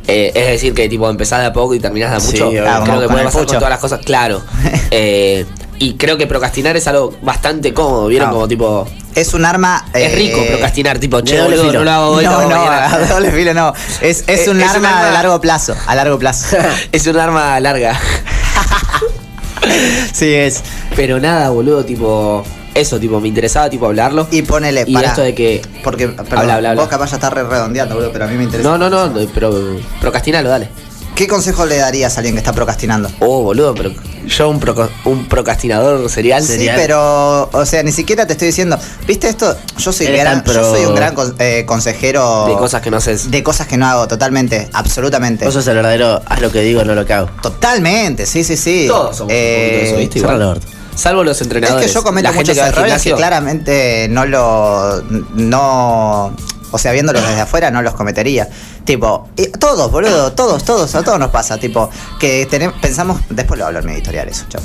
Eh, es decir, que tipo empezás de a poco y terminás de a Sí, mucho. obvio. Claro, creo como que con puede el pasar con pucho. todas las cosas, claro. Eh, y creo que procrastinar es algo bastante cómodo. ¿Vieron? Ah. Como tipo. es un arma. Es rico eh, procrastinar, tipo, de che, doble boludo, filo. no lo hago hoy, lo No, hago no, mañana. Eh, a doble filo no. Es, es Es- un es un arma de arma- largo plazo. A largo plazo. Es un arma larga. sí, es. Pero nada, boludo, tipo. Eso, tipo, me interesaba tipo hablarlo. Y ponele, Y pará. esto de que. Porque, perdón, Habla, habla, habla. vos capaz ya estás re redondeando, boludo, pero a mí me interesa. No, no, no, no, pero procrastinalo, dale. ¿Qué consejo le darías a alguien que está procrastinando? Oh, boludo, pero yo un, proco- un procrastinador serial. Sí, serial. pero, o sea, ni siquiera te estoy diciendo, viste esto, yo soy, Eres gran- tan yo pro- soy un gran con- eh, consejero De cosas que no haces. de cosas que no hago, totalmente, absolutamente. Vos sos el verdadero, haz lo que digo, no lo que hago. Totalmente, sí, sí, sí. Todos somos un poquito de eso, ¿viste? Cerra Igual. el orto. Salvo Eh, los Es entrenadores. que yo cometo la gente muchos que va al errores que gimnasio, claramente no lo. No. O sea, viéndolos desde afuera no los cometería. Tipo, y todos, boludo, todos, todos, a todos nos pasa. Tipo, que tenem- pensamos. Después lo hablo en mi editorial, eso, chao.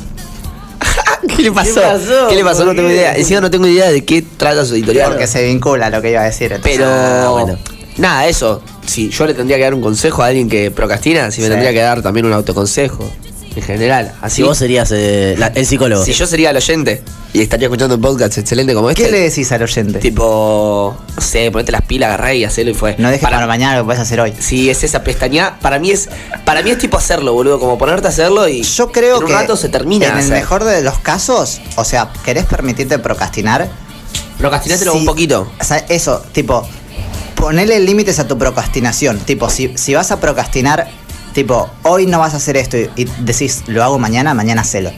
¿Qué le pasó? ¿Qué le pasó? No tengo idea. Encima no tengo idea de qué trata su editorial. Porque se vincula a lo que iba a decir. entonces- Pero. Ah, bueno. Nada, eso. Si yo le tendría que dar un consejo a alguien que procrastina, si me Sí. tendría que dar también un autoconsejo. En general. Así. Si vos serías eh, la- el psicólogo. si yo sería el oyente y estaría escuchando un podcast excelente como este. ¿Qué le decís al oyente? Tipo. No sé, ponete las pilas, agarré y hacelo y fue. No dejes para, mañana lo que puedes hacer hoy. Sí, es esa pestaña. Para mí es. Para mí es tipo hacerlo, boludo. Como ponerte a hacerlo y. Yo creo en un que rato se termina. en de el hacer. mejor de los casos, o sea, querés permitirte procrastinar. Procrastinátelo Sí. un poquito. O sea, eso, tipo, ponele límites a tu procrastinación. Tipo, si, si vas a procrastinar, tipo, hoy no vas a hacer esto y, y decís, lo hago mañana, mañana hacelo.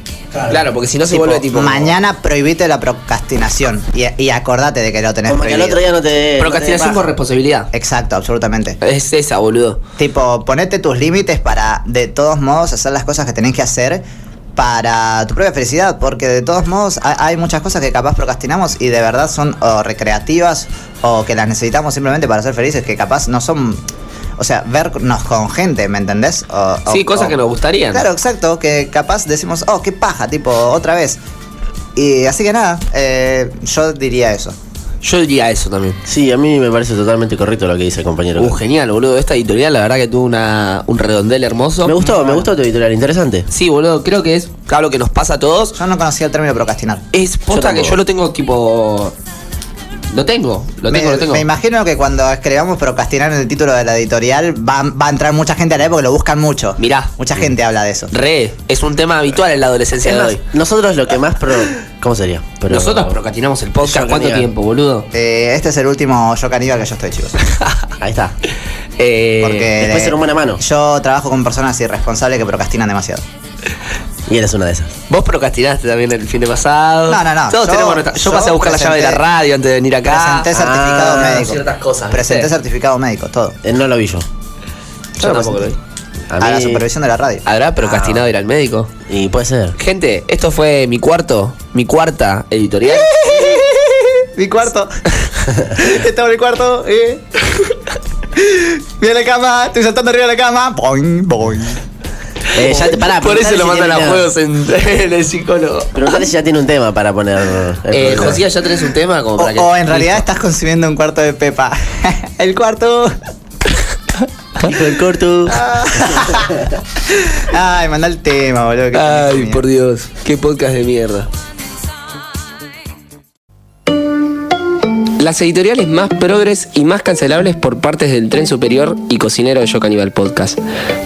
Claro, porque si no se Tipo, vuelve tipo. eh, Mañana prohibite la procrastinación. Y, y acordate de que lo tenés Como que al prohibido. otro día no te. Procrastinación no con te da responsabilidad. Exacto, absolutamente. Es esa, boludo. Tipo, ponete tus límites para, de todos modos, hacer las cosas que tenés que hacer para tu propia felicidad, porque de todos modos ha- hay muchas cosas que capaz procrastinamos y de verdad son o recreativas o que las necesitamos simplemente para ser felices, que capaz no son... O sea, vernos con gente, ¿me entendés? O- o- Sí, cosas o- que nos gustarían. Claro, exacto, que capaz decimos, oh, qué paja, tipo, otra vez. Y así que nada, eh, yo diría eso. Yo diría eso también. paz. Sí, a mí me parece totalmente correcto lo que dice el compañero. Uh, genial, boludo. Esta editorial, la verdad que tuvo una, un redondel hermoso. me gustó, me gustó tu editorial, interesante. Sí, boludo, creo que es algo que nos pasa a todos. Yo no conocía el término procrastinar. Es posta que tampoco. yo lo tengo tipo. Lo tengo, lo tengo, me, lo tengo. me imagino que cuando escribamos procrastinar en el título de la editorial va, va a entrar mucha gente a la época, lo buscan mucho. Mirá. Mucha gente habla de eso. Re, es un tema habitual en la adolescencia Es de más, hoy. nosotros lo que más pro. ¿Cómo sería? Pero- Nosotros procrastinamos el podcast. Yo ¿Cuánto caníbal. tiempo, boludo? Eh, este es el último Yo Caníbal que yo estoy, chicos. Ahí está. Eh, Porque después ser humana mano. Yo trabajo con personas irresponsables que procrastinan demasiado. Y eres una de esas. Vos procrastinaste también el fin de pasado. No, no, no. Todos Yo- tenemos nuestra- Yo, yo pasé a buscar la llave de la presenté- radio antes de venir acá. Presenté certificado Ah, médico. Ciertas cosas. Presenté ¿viste? certificado médico, todo. Eh, no lo vi yo. Yo lo tampoco lo presenté. Ah. vi. A A, mí. Ah, la supervisión de la radio. ¿Habrá procrastinado ir al médico? Y puede ser. Gente, esto fue mi cuarto, mi cuarta editorial. Mi cuarto. Estaba en el cuarto. Eh. Mira la cama, estoy saltando arriba de la cama. Boing, boing. Eh, ya te, pará, Por eso preguntale lo si mandan tiene a tema. juegos en, en el psicólogo. Preguntale si ya tiene un tema para poner. el Eh, programa. Josía, ¿ya tenés un tema? Como O, para que- o en realidad estás consumiendo un cuarto de Pepa. el cuarto. Hijo del corto. Ay, manda el tema, boludo. que Ay, tenés por Dios, qué podcast de mierda. Las editoriales más progres y más cancelables por partes del Tren Superior y Cocinero de Yo Caníbal Podcast.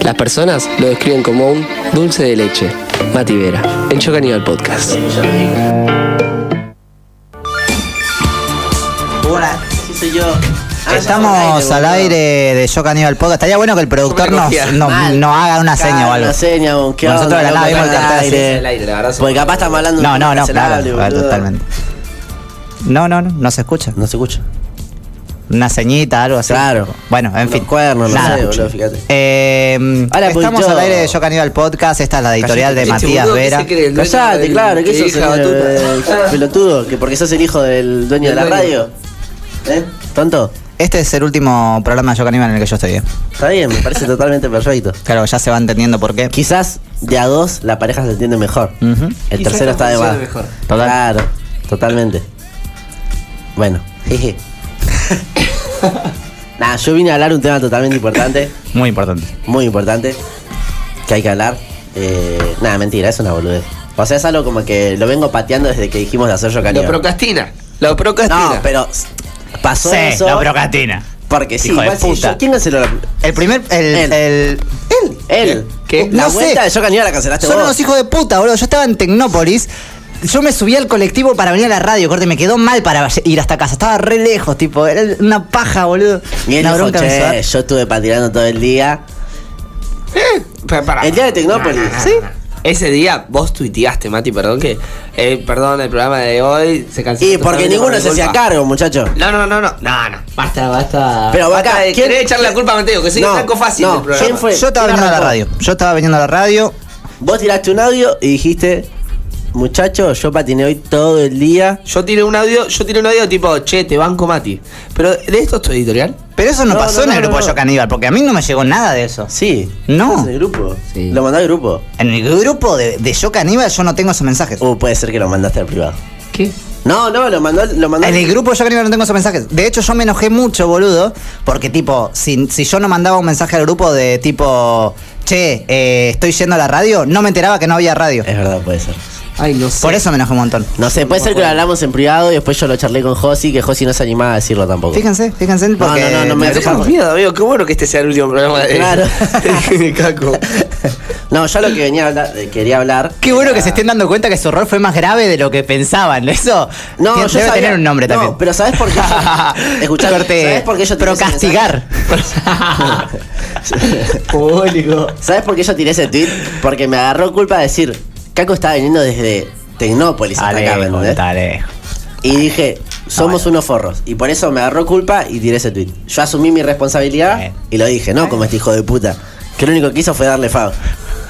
Las personas lo describen como un dulce de leche. Mati Vera, en Yo Caníbal Podcast. comida. Una- Sí, soy yo. Ah, Estamos ya al boludo. aire de Yo Caníbal Podcast. Estaría bueno que el productor Yo me nos, cogía. nos- Mal. nos haga una Claro, seña o algo. Una Ah, seña, un qué Nosotros onda, de la nada loco, vimos el al cartel, aire. sí, al aire, la verdad, Porque capaz estamos hablando de No, un no, tema no, claro. cancelable, claro, boludo. totalmente. No, no, no, no se escucha. No se escucha. Una ceñita, algo así. Claro. Bueno, en Unos fin. cuernos, no nada. sé, boludo, fíjate. Eh, Ahora, pues, estamos yo- al aire de Yo Caníbal Podcast. Esta es la editorial Este de Matías Vera. Callate, claro, que sos el, eh, eso pelotudo, que porque sos el hijo del dueño de Del la dueño. radio. ¿Eh? ¿Tonto? Este es el último programa de Yo Caníbal en el que yo estoy. eh. Está bien, me parece totalmente perfecto. Claro, ya se va entendiendo por qué. Quizás de a dos la pareja se entiende mejor. Ujú. El Quizás tercero la está de más. funciona mejor. Total. Claro, totalmente. Bueno, jeje. Nada, yo vine a hablar un tema totalmente importante, Muy importante. muy importante, que hay que hablar. Eh, nada, mentira, es una boludez. O sea, es algo como que lo vengo pateando desde que dijimos de hacer yo Lo caníbal. procrastina. Lo procrastina. No, pero s- pasó Sí, eso la brocatina. porque sí, Hijo de igual si puta. yo- ¿quién canceló la... El primer. El. Él. el- Él, él. ¿Qué? La No sé. vuelta de yo caníbal la cancelaste son vos. unos hijos de puta, boludo. Yo estaba en Tecnópolis. Yo me subí al colectivo para venir a la radio, corte. Me quedó mal para ir hasta casa. Estaba re lejos, tipo. Era una paja, boludo. Y él una dijo, me "Che, hizo dar". yo estuve patinando todo el día. Pa- pará. El día de Tecnópolis. ¿Sí? Ese día vos tuiteaste, Mati, perdón que. eh, perdón, el programa de hoy se canceló. Y porque totalmente por ninguno mi se hacía culpa. cargo, muchacho. No, no, no, no. No, no. Basta, basta. Pero basta acá, de ¿quién- querer echarle la quién- culpa a Mateo, que soy No, un blanco fácil no, del programa. ¿quién fue? Yo estaba ¿Quién viniendo a la radio. arrancó? Yo estaba viniendo a la radio. Vos tiraste un audio y dijiste, muchacho, yo patiné hoy todo el día. Yo tiré un audio, yo tiré un audio tipo, che, te banco Mati. Pero de esto es tu editorial. Pero eso no, No, pasó no, en el no, grupo no, de Yo no. Caníbal, porque a mí no me llegó nada de eso. Sí. No. ¿Estás en el grupo? Sí. Lo mandó al grupo. En el grupo de, de Yo Caníbal yo no tengo esos mensajes. O puede ser que lo mandaste al privado. ¿Qué? No, no, lo mandó, lo mandó En el grupo yo creo que no tengo esos mensajes. De hecho, yo me enojé mucho, boludo. Porque, tipo, si, si yo no mandaba un mensaje al grupo de tipo, che, eh, estoy yendo a la radio, no me enteraba que no había radio. Es verdad, puede ser. Ay, no sé. Por eso me enojé un montón. Eh. No sé, puede ser que lo hablamos en privado y después yo lo charlé con Josi, que Josi no se animaba a decirlo tampoco. Fíjense, fíjense. Porque no, no, no me me- dejaron. Tenemos miedo, amigo. Qué bueno que este sea el último programa de, Claro. de Caco. No, yo lo que venía a hablar, eh, quería hablar. Qué bueno que se estén dando cuenta que su error fue más grave de lo que pensaban. Eso No, tiene- yo debe sabía- tener un nombre no, también. pero ¿sabes por qué yo- Escuchá, Corte, ¿sabes por qué yo tiré ese Procastigar. Público. ¿Sabes por qué yo tiré ese tweet? Porque me agarró culpa de decir, Caco estaba viniendo desde Tecnópolis hasta acá, ¿me entendés? dale. Y dije, somos unos forros. Y por eso me agarró culpa y tiré ese tweet. Yo asumí mi responsabilidad Bien. y lo dije, no como este hijo de puta. Que lo único que hizo fue darle fao.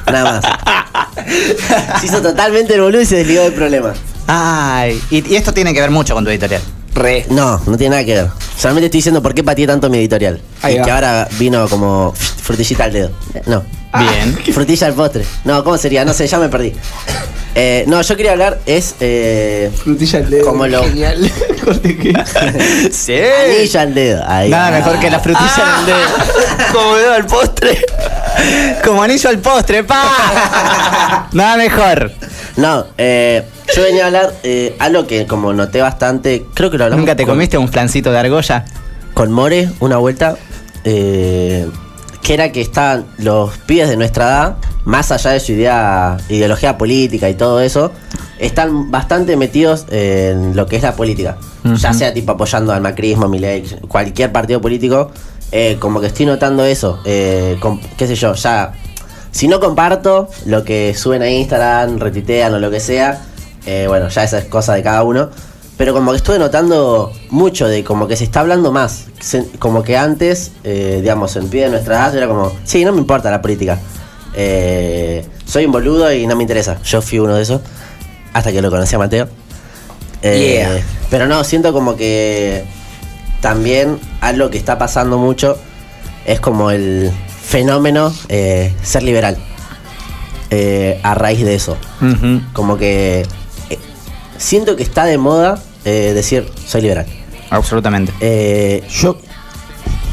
Nada más. se hizo totalmente el boludo y se desligó del problema. Ay, y, y esto tiene que ver mucho con tu editorial. Re. No, no tiene nada que ver. Solamente estoy diciendo por qué pateé tanto mi editorial. Ahí y va. que ahora vino como frutillita al dedo. No. Bien. Frutilla al postre. No, ¿cómo sería? No sé, ya me perdí. Eh, no, yo quería hablar, es. Eh, Frutilla al dedo. Como lo- Genial. Corte que- Sí. anillo al dedo. Ahí. Nada mejor que la frutilla Ah. del dedo. Como veo al postre. Como anillo al postre, pa. Nada mejor. No, eh, yo venía a hablar eh, algo que como noté bastante. Creo que lo hablamos. ¿Nunca te con- comiste un flancito de argolla? con More una vuelta eh, que era que estaban los pibes de nuestra edad, más allá de su idea, ideología política y todo eso, están bastante metidos en lo que es la política. Ya sea tipo apoyando al macrismo, Milei, cualquier partido político, eh, como que estoy notando eso, eh, com- qué sé yo, ya... Si no comparto lo que suben a Instagram, retitean o lo que sea, eh, bueno, ya esa es cosa de cada uno. Pero como que estuve notando mucho de como que se está hablando más. Se- como que antes, eh, digamos, en pie de nuestra edad, yo era como, sí, no me importa la política. Eh, soy un boludo y no me interesa. Yo fui uno de esos. Hasta que lo conocí a Mateo. Eh, Yeah. Pero no, siento como que también algo que está pasando mucho es como el fenómeno eh, ser liberal. Eh, a raíz de eso. Como que eh, siento que está de moda eh, decir soy liberal. Absolutamente. Eh, Yo.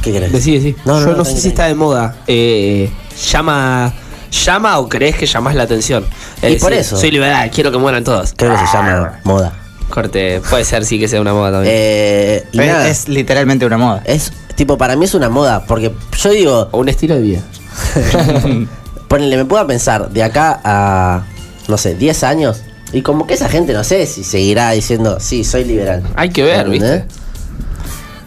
¿Qué crees? Decí, decí. No, no, Yo no, no, sé tranqui, si está de moda. Eh, llama. Llama o crees que llamás la atención. Eh, Y por eso. Soy liberal, quiero que mueran todos. Creo que se Ah. llama moda. Corte, puede ser sí que sea una moda también. Eh, y Es, nada, es literalmente una moda. es tipo, para mí es una moda, porque yo digo, o un estilo de vida. Ponele, me puedo pensar de acá a, no sé, 10 años. Y como que esa gente, no sé si seguirá diciendo, sí, soy liberal. Hay que ver, ¿Entendés? ¿viste?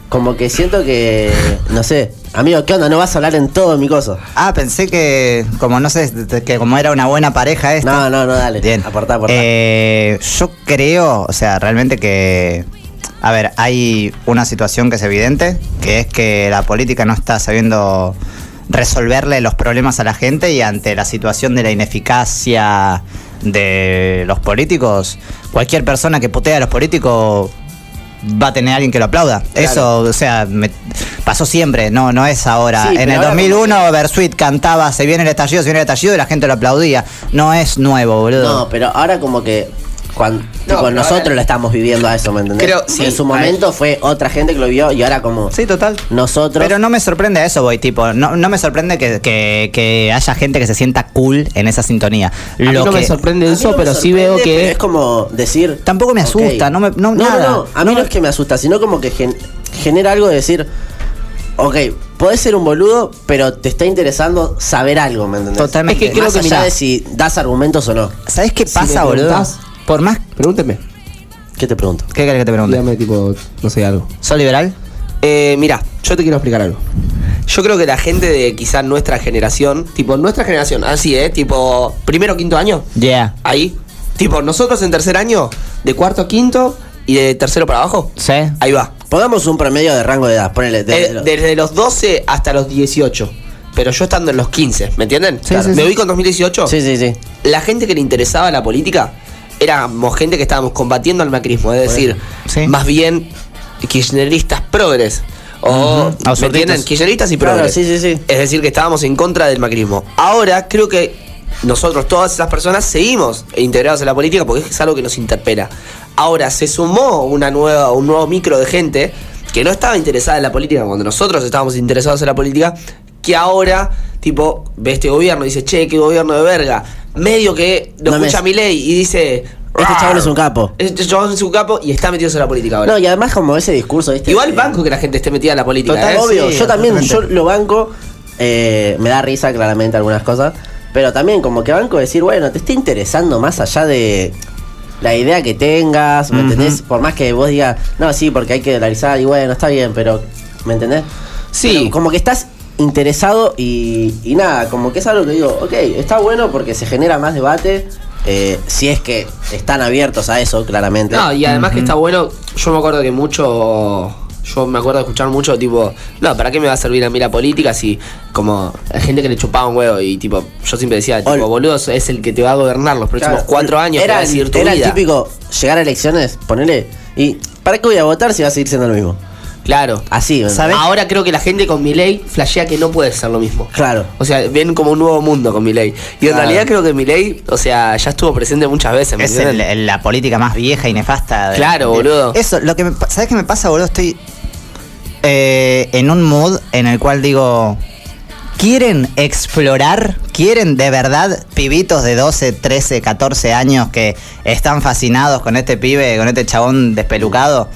Como que siento que, no sé, amigo, ¿qué onda? No vas a hablar en todo mi coso. Ah, pensé que como no sé, que como era una buena pareja No, esta. no, no, dale. Bien. Aportá, aportá. Eh, yo creo, o sea, realmente que. A ver, hay una situación que es evidente, que es que la política no está sabiendo resolverle los problemas a la gente y ante la situación de la ineficacia de los políticos, cualquier persona que putea a los políticos va a tener alguien que lo aplauda. Eso, o sea, me- pasó siempre, no no es ahora. Sí, en pero el ahora 2001 Bersuit cantaba Se viene el estallido, se viene el estallido y la gente lo aplaudía. No es nuevo, boludo. No, pero ahora como que cuando pero ahora- nosotros lo estamos viviendo a eso, ¿me entendés? Creo- sí, en su a momento fue otra gente que lo vio y ahora como Sí, total. nosotros Pero no me sorprende a eso, voy, tipo. No, no me sorprende que, que- que haya gente que se sienta cool en esa sintonía. A mí Lo no que- me sorprende A mí eso, no me pero sí sorprende, veo pero que. es como decir. Tampoco me ok. asusta, no me- no, nada. A mí No no, me- es que me asusta, sino como que gen- genera algo de decir. Ok, podés ser un boludo, pero te está interesando saber algo, ¿me entendés? Totalmente. Es que creo Más que, allá mirá. de si das argumentos o no. ¿Sabes qué Si pasa, me boludo? preguntás- Por más. Pregúnteme. ¿Qué te pregunto? ¿Qué querés que te pregunte? Dígame, tipo, no sé, algo. ¿Soy liberal? Eh, mira, yo te quiero explicar algo. Yo creo que la gente de quizás nuestra generación, tipo nuestra generación, así, ¿eh? Tipo, primero, quinto año, Yeah. ahí. Tipo, nosotros en tercer año, de cuarto a quinto y de tercero para abajo, ¿Sí? ahí va. Pongamos un promedio de rango de edad, ponele. de- Eh, desde los 12 hasta los 18. Pero yo estando en los 15, ¿me entienden? sí, ¿Me sí. ubico en 2018? Sí, sí, sí. la gente que le interesaba la política éramos gente que estábamos combatiendo al macrismo, es decir, Sí. más bien kirchneristas progres. O, ¿me Absurdistas. entienden? Kirchneristas y Claro, progres. sí, sí, sí. Es decir, que estábamos en contra del macrismo. Ahora creo que nosotros, todas esas personas, seguimos integrados en la política porque es algo que nos interpela. Ahora se sumó una nueva, un nuevo micro de gente que no estaba interesada en la política cuando nosotros estábamos interesados en la política, que ahora, tipo, ve este gobierno y dice, che, qué gobierno de verga. Medio que No lo me- escucha a mi ley y dice. Este "Rar". chabón es un capo. Este chabón es un capo y está metido en la política ahora. No, y además, como ese discurso, ¿viste? Igual Eh, banco que la gente esté metida en la política. Total, ¿eh? obvio. Sí. yo también, yo lo banco. eh, me da risa claramente algunas cosas. Pero también como que banco decir, bueno, te está interesando más allá de la idea que tengas, ¿me entendés? Por más que vos digas, no, sí, porque hay que dolarizar y bueno, está bien, pero, ¿me entendés? Sí. Pero como que estás interesado y, y nada, como que es algo que digo, ok, está bueno porque se genera más debate, eh, si es que están abiertos a eso, claramente. No, y además que está bueno, yo me acuerdo que mucho, yo me acuerdo de escuchar mucho tipo, no, ¿para qué me va a servir a mí la política si como la gente que le chupaba un huevo y tipo, yo siempre decía, tipo, Ol- boludo, es el que te va a gobernar los próximos Claro. cuatro años, te va Era, a decidir tu era el vida. típico llegar a elecciones, ponele. ¿Y para qué voy a votar si va a seguir siendo lo mismo? Claro. Así, ¿no? ¿Sabes? Ahora creo que la gente con mi ley flashea que no puede ser lo mismo. Claro. O sea, ven como un nuevo mundo con mi ley. Y en Claro. realidad creo que mi ley, o sea, ya estuvo presente muchas veces. ¿me Es entienden? el- el- la política más vieja y nefasta. de- Claro, de- boludo. Eso, lo que me, pa- ¿sabes qué me pasa, boludo? Estoy eh, en un mood en el cual digo, ¿quieren explorar? ¿Quieren de verdad pibitos de 12, 13, 14 años que están fascinados con este pibe, con este chabón despelucado?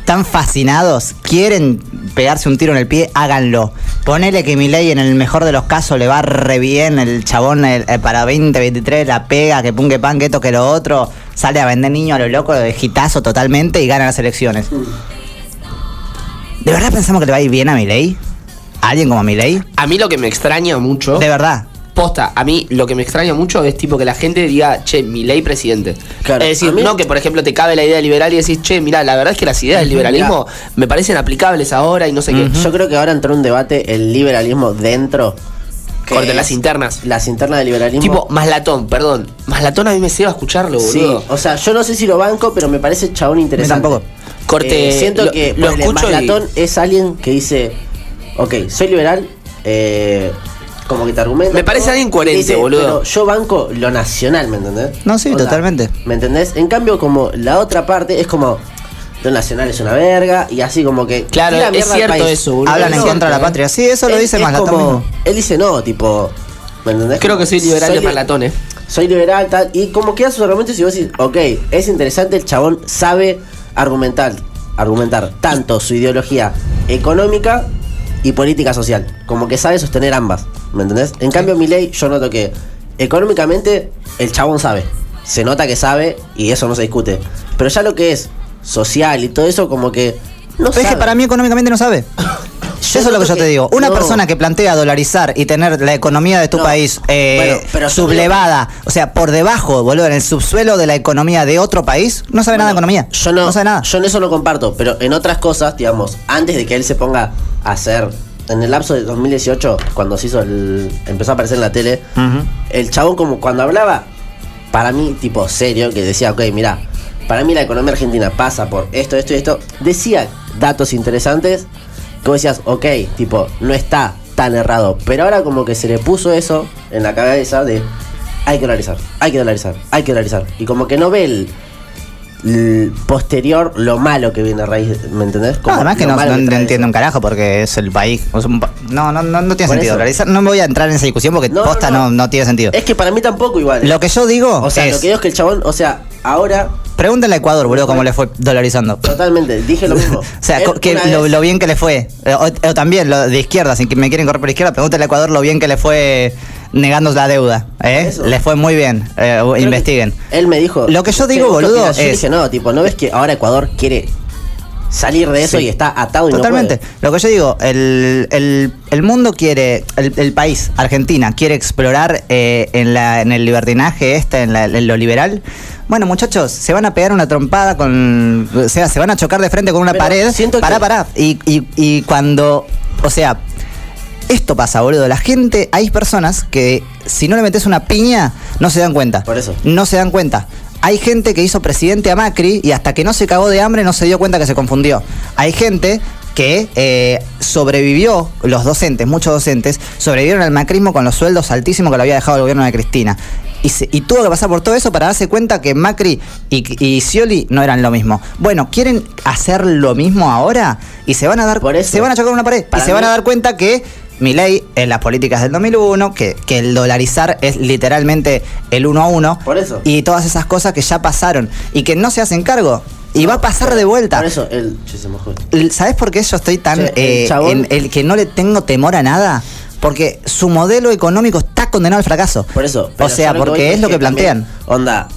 Están fascinados, quieren pegarse un tiro en el pie, háganlo. Ponele que Milei en el mejor de los casos le va re bien, el chabón el- eh, para 2023 la pega, que pungue pan, que esto, que lo otro, sale a vender niño a lo loco, de gitazo totalmente y gana las elecciones. ¿De verdad pensamos que le va a ir bien a Milei? ¿A alguien como Milei? A mí lo que me extraña mucho. De verdad. Posta, a mí lo que me extraña mucho es tipo que la gente diga, che, mi ley presidente. Claro, es decir, a mí- no que por ejemplo te cabe la idea liberal y decís, che, mira, la verdad es que las ideas del liberalismo me parecen aplicables ahora y no sé qué. Eh, Yo creo que ahora entró un debate el liberalismo dentro. que Corte, las es internas. Las internas del liberalismo. Tipo, Maslatón, perdón. Maslatón a mí me ceba escucharlo, Sí, boludo. o sea, yo no sé si lo banco, pero me parece chabón interesante. tampoco. Corte, Eh, siento lo- que lo ponele, escucho y- Maslatón es alguien que dice, ok, soy liberal, eh, como que te argumenta. Me parece todo, alguien coherente, y dice, boludo. Pero yo banco lo nacional, ¿me entendés? No, sí, totalmente. ¿Me entendés? En cambio, como la otra parte es como, lo nacional es una verga, y así como que. Claro, tira es mierda al cierto país. eso, boludo. Hablan en no, contra de la eh. patria. Sí, eso lo Él- dice es más como- Él dice no, tipo. ¿Me entendés? Creo que soy liberal de li- Maslatón, eh. soy liberal, tal. Y como quedan sus argumentos y vos decís, ok, es interesante, el chabón sabe argumentar, argumentar tanto su ideología económica y política social. Como que sabe sostener ambas, ¿me entendés? En cambio, mi ley, yo noto que económicamente el chabón sabe. Se nota que sabe y eso no se discute. Pero ya lo que es social y todo eso, como que. No Pero es que sabe. para mí económicamente no sabe. Yo Eso es lo noto que yo que- te digo. Una no. persona que plantea dolarizar y tener la economía de tu No. país eh, Bueno, pero yo sublevada, o sea, por debajo, boludo, en el subsuelo de la economía de otro país, no sabe nada de economía. Yo no, sabe nada. Yo en eso no comparto, pero en otras cosas, digamos, antes de que él se ponga a hacer. En el lapso de 2018, cuando se hizo el. empezó a aparecer en la tele, el chabón, como cuando hablaba, para mí, tipo serio, que decía, ok, mirá, para mí la economía argentina pasa por esto, esto y esto, decía datos interesantes que vos decías, ok, tipo, no está tan errado. Pero ahora, como que se le puso eso en la cabeza de. Hay que dolarizar, hay que dolarizar, hay que dolarizar. Y como que no ve el, l- posterior lo malo que viene a raíz, ¿me entendés? No, Como además que lo no, malo no trae entiendo un eso. carajo porque es el país. es un pa- no, no, no, no tiene Por eso. sentido. dolarizar. no me voy a entrar en esa discusión porque No, no, posta no, no. no tiene sentido. Es que para mí tampoco igual. Lo que yo digo o sea, es. lo que digo es que el chabón, o sea, ahora Pregúntale a Ecuador, boludo, cómo le fue dolarizando. totalmente, dije lo mismo. O sea, Él co- que una lo, vez- lo bien que le fue. Eh, O, o también lo de izquierda, sin que me quieren correr por izquierda, pregúntale a Ecuador lo bien que le fue eh, negando la deuda. ¿eh? Eso. Le fue muy bien. Eh, creo que investiguen. Él me dijo. Lo que yo ¿te digo, gusta boludo, opinar? Yo es- dije, no, tipo, ¿no ves que ahora Ecuador quiere salir de eso Sí. y está atado y no Totalmente. puede? Lo que yo digo, el, el- el mundo quiere, el, el país, Argentina, quiere explorar eh, en, la, en el libertinaje este, en, la- en lo liberal. Bueno, muchachos, se van a pegar una trompada con. O sea, se van a chocar de frente con una Pero pared. siento que- Pará, pará. Y, y- y cuando. O sea, esto pasa, boludo. La gente, hay personas que si no le metes una piña, no se dan cuenta. Por eso. No se dan cuenta. Hay gente que hizo presidente a Macri y hasta que no se cagó de hambre no se dio cuenta que se confundió. Hay gente que eh, sobrevivió, los docentes, muchos docentes, sobrevivieron al macrismo con los sueldos altísimos que le había dejado el gobierno de Cristina. Y, se- y tuvo que pasar por todo eso para darse cuenta que Macri y, y Scioli no eran lo mismo. Bueno, ¿quieren hacer lo mismo ahora? Y se van a dar Por eso. se van a chocar una pared. Y Para se van a mí- dar cuenta que Milei en las políticas del 2001, que, que el dolarizar es literalmente el uno a uno. Por eso. Y todas esas cosas que ya pasaron y que no se hacen cargo. Y va a pasar de vuelta. Por eso él. Che, se mojó. ¿Sabes por qué yo estoy tan Sí, el eh, chabón- en el que no le tengo temor a nada? Porque su modelo económico está condenado al fracaso. Por eso. O pero yo lo sea, que voy porque es lo que plantean. también, onda,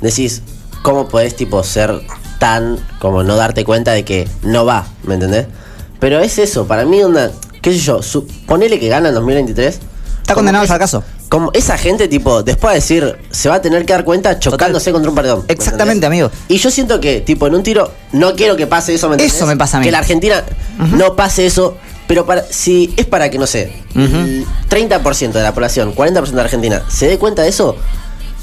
decís, ¿cómo podés tipo ser tan como no darte cuenta de que no va? ¿Me entendés? Pero es eso, para mí onda, qué sé yo, su- ponele que gana en 2023. Está como condenado que al fracaso. como esa gente, tipo, después de decir, se va a tener que dar cuenta chocándose contra un paredón. ¿me Exactamente, entendés? amigo. Y yo siento que, tipo, en un tiro, no quiero que pase eso, ¿me entendés? Eso me pasa a mí. Que la Argentina no pase eso, pero para, si es para que, no sé, el 30% de la población, 40% de la Argentina, se dé cuenta de eso,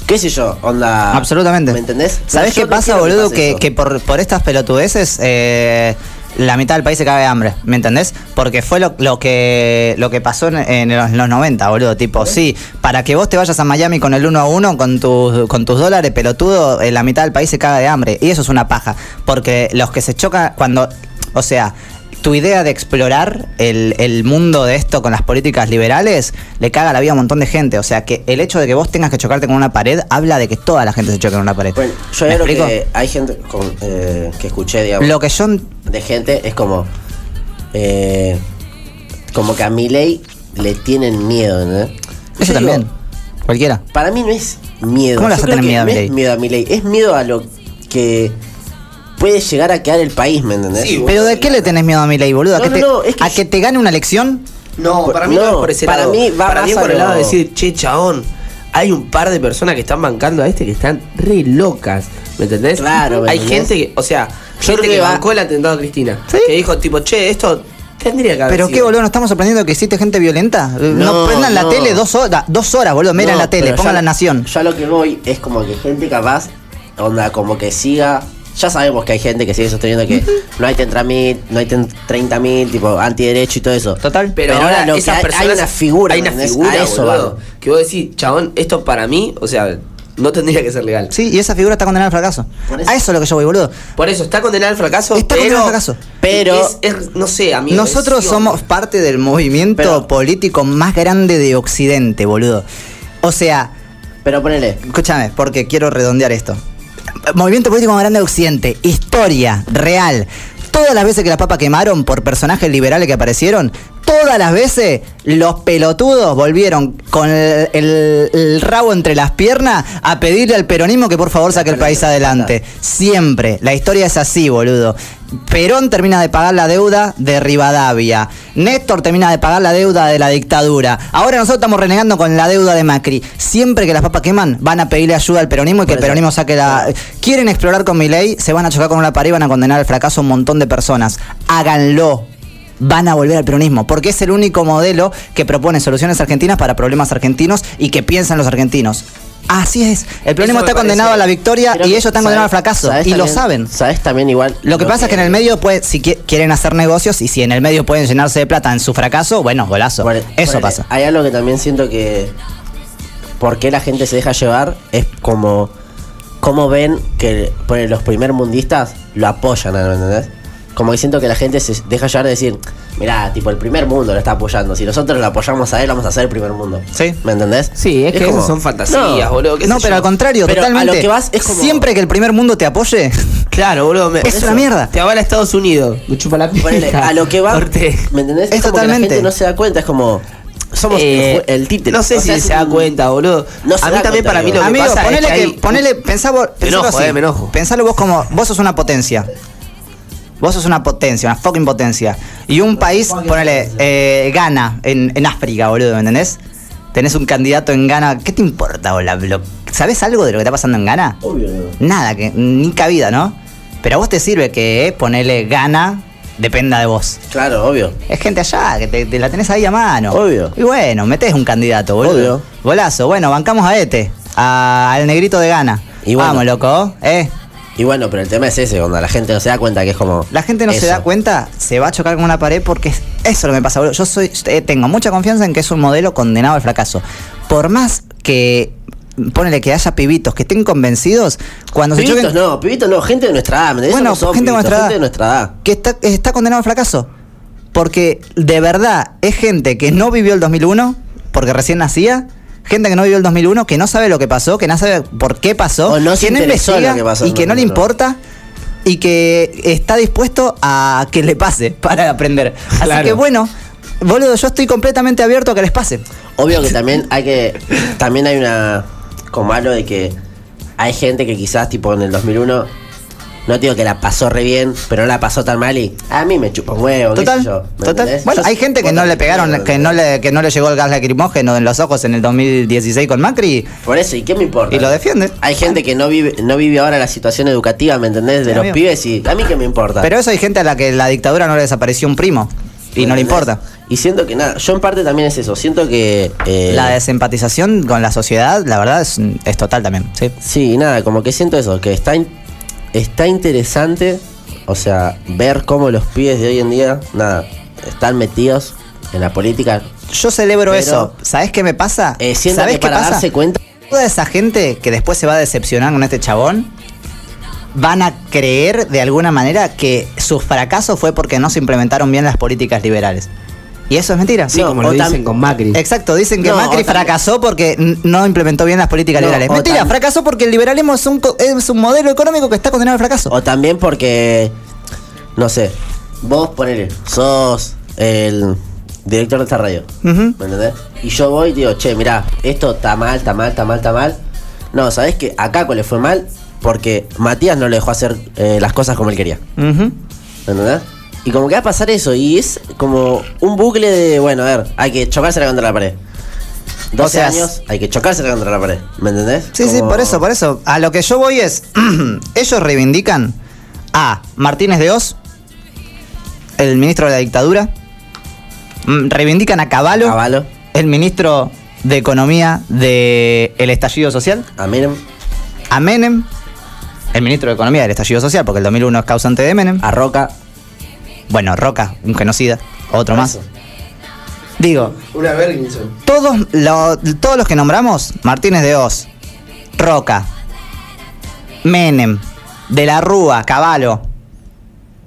qué sé yo, onda. Absolutamente. Ah, ¿Me entendés? Pero ¿Sabés yo qué no pasa, quiero boludo? pase Que, eso. que por, por estas pelotudeces, eh, la mitad del país se cae de hambre, ¿me entendés? Porque fue lo, lo que lo que pasó en, en los, los 90, boludo. Tipo, sí, para que vos te vayas a Miami con el 1 a 1, con tus, con tus dólares, pelotudo, eh, la mitad del país se caga de hambre. Y eso es una paja. Porque los que se chocan, cuando. O sea. Tu idea de explorar el, el mundo de esto con las políticas liberales le caga la vida a un montón de gente. O sea que el hecho de que vos tengas que chocarte con una pared habla de que toda la gente se choca con una pared. Bueno, yo ¿Me creo explico? que hay gente con, eh, que escuché, digamos. Lo que yo. de gente es como eh, como que a Milei le tienen miedo, ¿no? Eso Yo también. digo, Cualquiera. para mí no es miedo. ¿Cómo le vas Yo a creo tener que miedo no a Milei? Es miedo a Milei, es miedo a lo que puede llegar a quedar el país, ¿me entendés? Sí, ¿Pero de qué le tenés miedo a mi ley, boludo? ¿A, No, que, no, te, no, es que a yo- que te gane una elección? No, para mí no, No, es por ese para lado. mí va para mí más es a por el lo- lado de decir, che, chabón, hay un par de personas que están bancando a este que están re locas. ¿Me entendés? Claro, ¿me Hay entendés? gente que, o sea, gente creo que, que va- bancó el atentado a Cristina. Que dijo, tipo, che, esto tendría que haber ¿Pero sido". qué, boludo? ¿Nos estamos sorprendiendo que hiciste gente violenta? No, No, prendan la no. tele dos horas, dos horas, boludo. Mira No, la tele, pero pongan ya- la nación. Yo a lo que voy es como que gente capaz, onda, como que siga. Ya sabemos que hay gente que sigue sosteniendo que no hay 30.000, no hay 30.000, tipo antiderecho y todo eso. Total. Pero Pero, ahora ahora lo que hay- esas hay personas. una figura, Hay una ¿entendés? figura, A eso boludo, vamos. Que vos decís, chabón, esto para mí, o sea, no tendría que ser legal. Sí, y esa figura está condenada al fracaso. Por eso. A eso es lo que yo voy, boludo. Por eso, está condenada al fracaso. Está pero, condenada al fracaso. Pero- Es, es- no sé, amigo. Nosotros es- somos parte del movimiento Pero- político más grande de Occidente, boludo. O sea, Pero ponele, Escúchame, porque quiero redondear esto. Movimiento político más grande de Occidente, historia, real. Todas las veces que las papas quemaron por personajes liberales que aparecieron, todas las veces los pelotudos volvieron con el, el- el rabo entre las piernas a pedirle al peronismo que por favor saque el país adelante. Siempre. La historia es así, boludo. Perón termina de pagar la deuda de Rivadavia. Néstor termina de pagar la deuda de la dictadura. Ahora nosotros estamos renegando con la deuda de Macri. Siempre que las papas queman, van a pedirle ayuda al peronismo y que el peronismo saque la. Quieren explorar con mi ley, se van a chocar con una pared y van a condenar al fracaso a un montón de personas. Háganlo. Van a volver al peronismo, porque es el único modelo que propone soluciones argentinas para problemas argentinos y que piensan los argentinos. Así es. El peronismo me está condenado parece- a la victoria Creo y que ellos están condenados al sabes- fracaso. sabes Y lo también- saben. Sabes también igual. Lo que pasa es que en el medio, puede, si qui- quieren hacer negocios y si en el medio pueden llenarse de plata en su fracaso, bueno, golazo. Ponele- Eso ponele, ah, pasa. e- Hay algo que también siento que. ¿Por qué la gente se deja llevar? Es como. Como ven que ponele, los primer mundistas lo apoyan, ¿me entendés? Como que siento que la gente se deja llevar de decir, mirá, tipo, el primer mundo lo está apoyando. Si nosotros lo apoyamos a él, vamos a ser el primer mundo. Sí. ¿Me entendés? Sí, es, que como- esas son fantasías, No. boludo. qué No, sé pero yo. al contrario, Pero a lo totalmente. que vas es como- Siempre que el primer mundo te apoye, Claro, boludo. me- Es eso. una mierda. Te avala Estados Unidos. Me chupa la Ponele, pija. a lo que va. Corte. ¿Me entendés? Es como que totalmente. la gente no se da cuenta, es como. Somos Eh, el, ju- el títere. No sé O sea, si es se da un- cuenta, boludo. No se a mí da también cuenta, para mí lo que amigo. amigo, pasa es ponele que, que, hay- ponele, pensá vos, pensalo enojo, así. eh, me enojo. Pensalo vos como, vos sos una potencia. Vos sos una potencia, una fucking potencia. Y un país, ponele, eh, Ghana, en, en África, boludo, ¿me entendés? Tenés un candidato en Ghana, ¿qué te importa, boludo? ¿Sabés algo de lo que está pasando en Ghana? Obvio, no. Nada, que ni cabida, ¿no? Pero a vos te sirve que eh, ponele Ghana dependa de vos. Claro, obvio. Es gente allá, que te, te la tenés ahí a mano. Obvio. Y bueno, metés un candidato, boludo. Obvio. Golazo. Bueno, bancamos a este, a- al negrito de gana. Y bueno. Vamos, loco. ¿eh? Y bueno, pero el tema es ese, cuando la gente no se da cuenta que es como. La gente no se eso. da cuenta, se va a chocar con una pared porque es- eso es lo que me pasa, boludo. Yo soy, eh, tengo mucha confianza en que es un modelo condenado al fracaso. Por más que, ponele que haya pibitos que estén convencidos, cuando se Pibitos choquen... no, pibitos no, gente de nuestra edad. ¿me entendés? Bueno, Eso no son gente de pibitos, nuestra edad. gente de nuestra edad. que está, está condenado al fracaso. Porque de verdad es gente que no vivió el 2001, porque recién nacía, gente que no vivió el 2001, que no sabe lo que pasó, que no sabe por qué pasó, O no se que no interesó investiga lo que pasó y en que no le 2001. importa y que está dispuesto a que le pase para aprender. Así Claro. que bueno, boludo, yo estoy completamente abierto a que les pase. Obvio que también hay que. También hay una. Como algo de que hay gente que quizás, tipo, en el 2001 No digo que la pasó re bien, pero no la pasó tan mal y a mí me chupa un huevo, qué sé yo. Total, ¿me total. entendés? Bueno, Yo- hay gente que no le pegaron, que no le, que no le llegó el gas lacrimógeno en los ojos en el 2016 con Macri. Por eso, ¿y qué me importa? Y lo defiende. Hay gente que no vive, no vive ahora la situación educativa, ¿me entendés? De Sí, los amigo. pibes y a mí qué me importa. Pero eso hay gente a la que la dictadura no le desapareció un primo. Y no le importa. Y siento que nada, yo en parte también es eso, siento que... eh, La desempatización con la sociedad, la verdad, es, es total también. Sí. Sí, nada, como que siento eso, que está, in- está interesante, o sea, ver cómo los pibes de hoy en día, nada, están metidos en la política. Yo celebro Pero- eso. ¿Sabes qué me pasa? Eh, siento ¿Sabés que para darse cuenta... Toda esa gente que después se va a decepcionar con este chabón, van a creer de alguna manera que su fracaso fue porque no se implementaron bien las políticas liberales. Y eso es mentira. Sí, No, como lo o tam- dicen con Macri. Exacto, dicen que No, Macri o tam- fracasó porque n- no implementó bien las políticas No, liberales. o Mentira, tam- fracasó porque el liberalismo es un, co- es un modelo económico que está condenado al fracaso. O también porque, no sé, vos ponele, sos el director de esta radio. Ujú. ¿Me entendés? Y yo voy y digo, che, mirá, esto está mal, está mal, está mal, está mal. No, ¿sabés que A Caco le fue mal porque Matías no le dejó hacer eh, las cosas como él quería. Ujú. ¿Me entendés? Y como que va a pasar eso, y es como un bucle de, bueno, a ver, hay que chocársela contra la pared. 12 sea, años, hay que chocársela contra la pared. ¿Me entendés? Sí, sí, Como- por eso, por eso. A lo que yo voy es, ellos reivindican a Martínez de Oz, el ministro de la dictadura, mm, reivindican a Caballo, Cavallo. el ministro de Economía del estallido social, A Menem, a Menem, el ministro de Economía del estallido social, porque el 2001 es causante de Menem, a Roca. bueno, Roca, un genocida, otro Por más. eso. Digo, Una Berginson. todos, lo- todos los que nombramos, Martínez de Oz, Roca, Menem, De la Rúa, Caballo,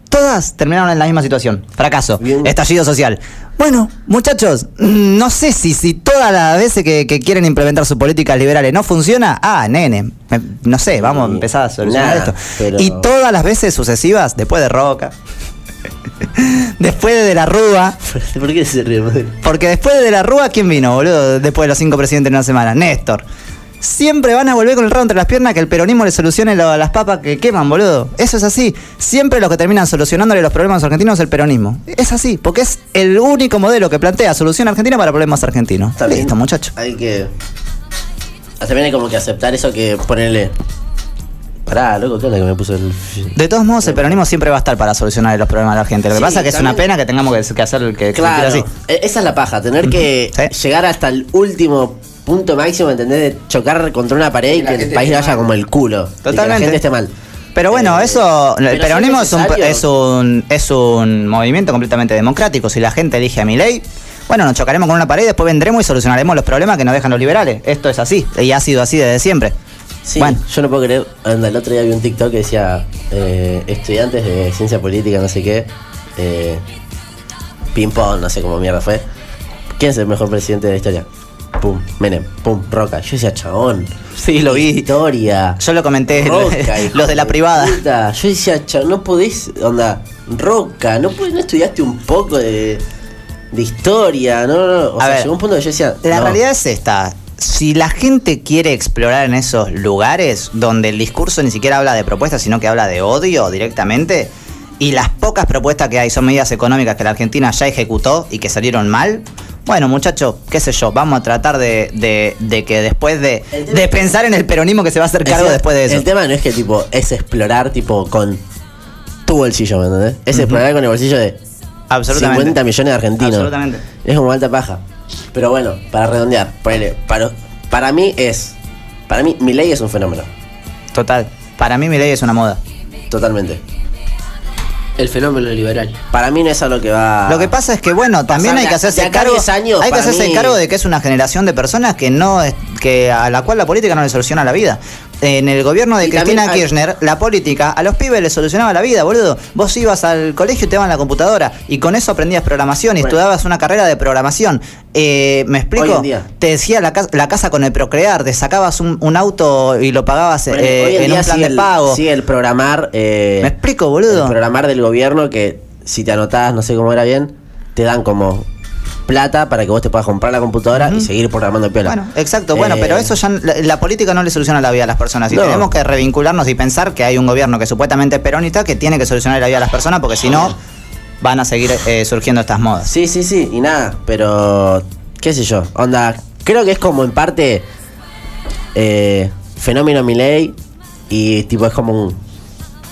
todas terminaron en la misma situación. Fracaso, Bien. estallido social. Bueno, muchachos, mm, no sé si, si todas las veces que, que quieren implementar sus políticas liberales no funciona, ah, nene, me- no sé, vamos a Mm, empezar a solucionar nah, esto. pero- Y todas las veces sucesivas, después de Roca, después de De la Rúa, ¿Por qué se ríe? madre? porque después de, de la Rúa, ¿quién vino, boludo? Después de los cinco presidentes en una semana. Néstor. Siempre van a volver con el rabo entre las piernas que el peronismo le solucione lo- las papas que queman, boludo. Eso es así. Siempre los que terminan solucionándole los problemas argentinos es el peronismo. Es así, porque es el único modelo que plantea solución argentina para problemas argentinos. También Listo, muchacho. Hay que. También hay como que aceptar eso que ponerle. Pará, loco, ¿qué onda que me puso el. De todos modos, el peronismo siempre va a estar para solucionar los problemas de la gente. Lo que Sí, pasa es que es una también- pena que tengamos que, que hacer que, que Claro, se quiera así. e- esa es la paja, tener que Ujú, sí. llegar hasta el último punto máximo, ¿entendés? De chocar contra una pared y que el país vaya como el culo. y que la Totalmente. gente esté mal. Pero bueno, Eh, eso. El pero peronismo si es un, necesario- es, un, es un movimiento completamente democrático. Si la gente elige a mi ley, bueno, nos chocaremos con una pared y después vendremos y solucionaremos los problemas que nos dejan los liberales. Esto es así y ha sido así desde siempre. Sí, Bueno. yo no puedo creer. Anda, el otro día vi un TikTok que decía eh, estudiantes de ciencia política, no sé qué, eh, ping-pong, no sé cómo mierda fue. ¿Quién es el mejor presidente de la historia? Pum, Menem, pum, Roca. Yo decía, chabón. Sí, lo vi. Historia. Yo lo comenté, Roca, hijo los de la privada. puta. Yo decía, chabón, no podés, onda, Roca, no, podés, no estudiaste un poco de, de historia, no, no, no. O A sea, ver, llegó un punto que yo decía. La no. realidad es esta. Si la gente quiere explorar en esos lugares donde el discurso ni siquiera habla de propuestas, sino que habla de odio directamente, y las pocas propuestas que hay son medidas económicas que la Argentina ya ejecutó y que salieron mal, bueno muchachos, qué sé yo, vamos a tratar de, de- de que después de, El tema- de pensar en el peronismo que se va a hacer cargo Encima, después de eso. El tema no es que tipo es explorar tipo con tu bolsillo, ¿me entendés? Es explorar con el bolsillo de Absolutamente. 50 millones de argentinos. Absolutamente. Es como alta paja. Pero bueno, para redondear, ponele, para, para mí es. Para mí, mi ley es un fenómeno. Total. Para mí mi ley es una moda. Totalmente. El fenómeno liberal. Para mí no es a lo que va. Lo que pasa es que, bueno, también hay que de- de hacerse acá a cargo. 10 años, hay que para hacerse mí- cargo de que es una generación de personas que no es- que a la cual la política no le soluciona la vida. En el gobierno de Y también Cristina hay- Kirchner, la política a los pibes les solucionaba la vida, boludo. Vos ibas al colegio y te daban la computadora y con eso aprendías programación y Bueno. estudiabas una carrera de programación. Eh, ¿Me explico? Hoy en día. Te decía la, ca- la casa con el procrear, te sacabas un, un auto y lo pagabas Ponele, eh, hoy en, en, día un plan sigue de el- pago. sigue el programar. eh, ¿Me explico, boludo? El programar del gobierno que si te anotás, no sé cómo era bien, te dan como plata para que vos te puedas comprar la computadora y seguir programando piola. Bueno, exacto. Bueno, Eh, pero eso ya la, la política no le soluciona la vida a las personas. Y No. tenemos que revincularnos y pensar que hay un gobierno que supuestamente es peronista que tiene que solucionar la vida a las personas porque si no van a seguir eh, surgiendo estas modas. Sí, sí, sí, y nada, pero. ¿Qué sé yo? Onda, creo que es como en parte. Eh, fenómeno Miley. Y tipo, es como un.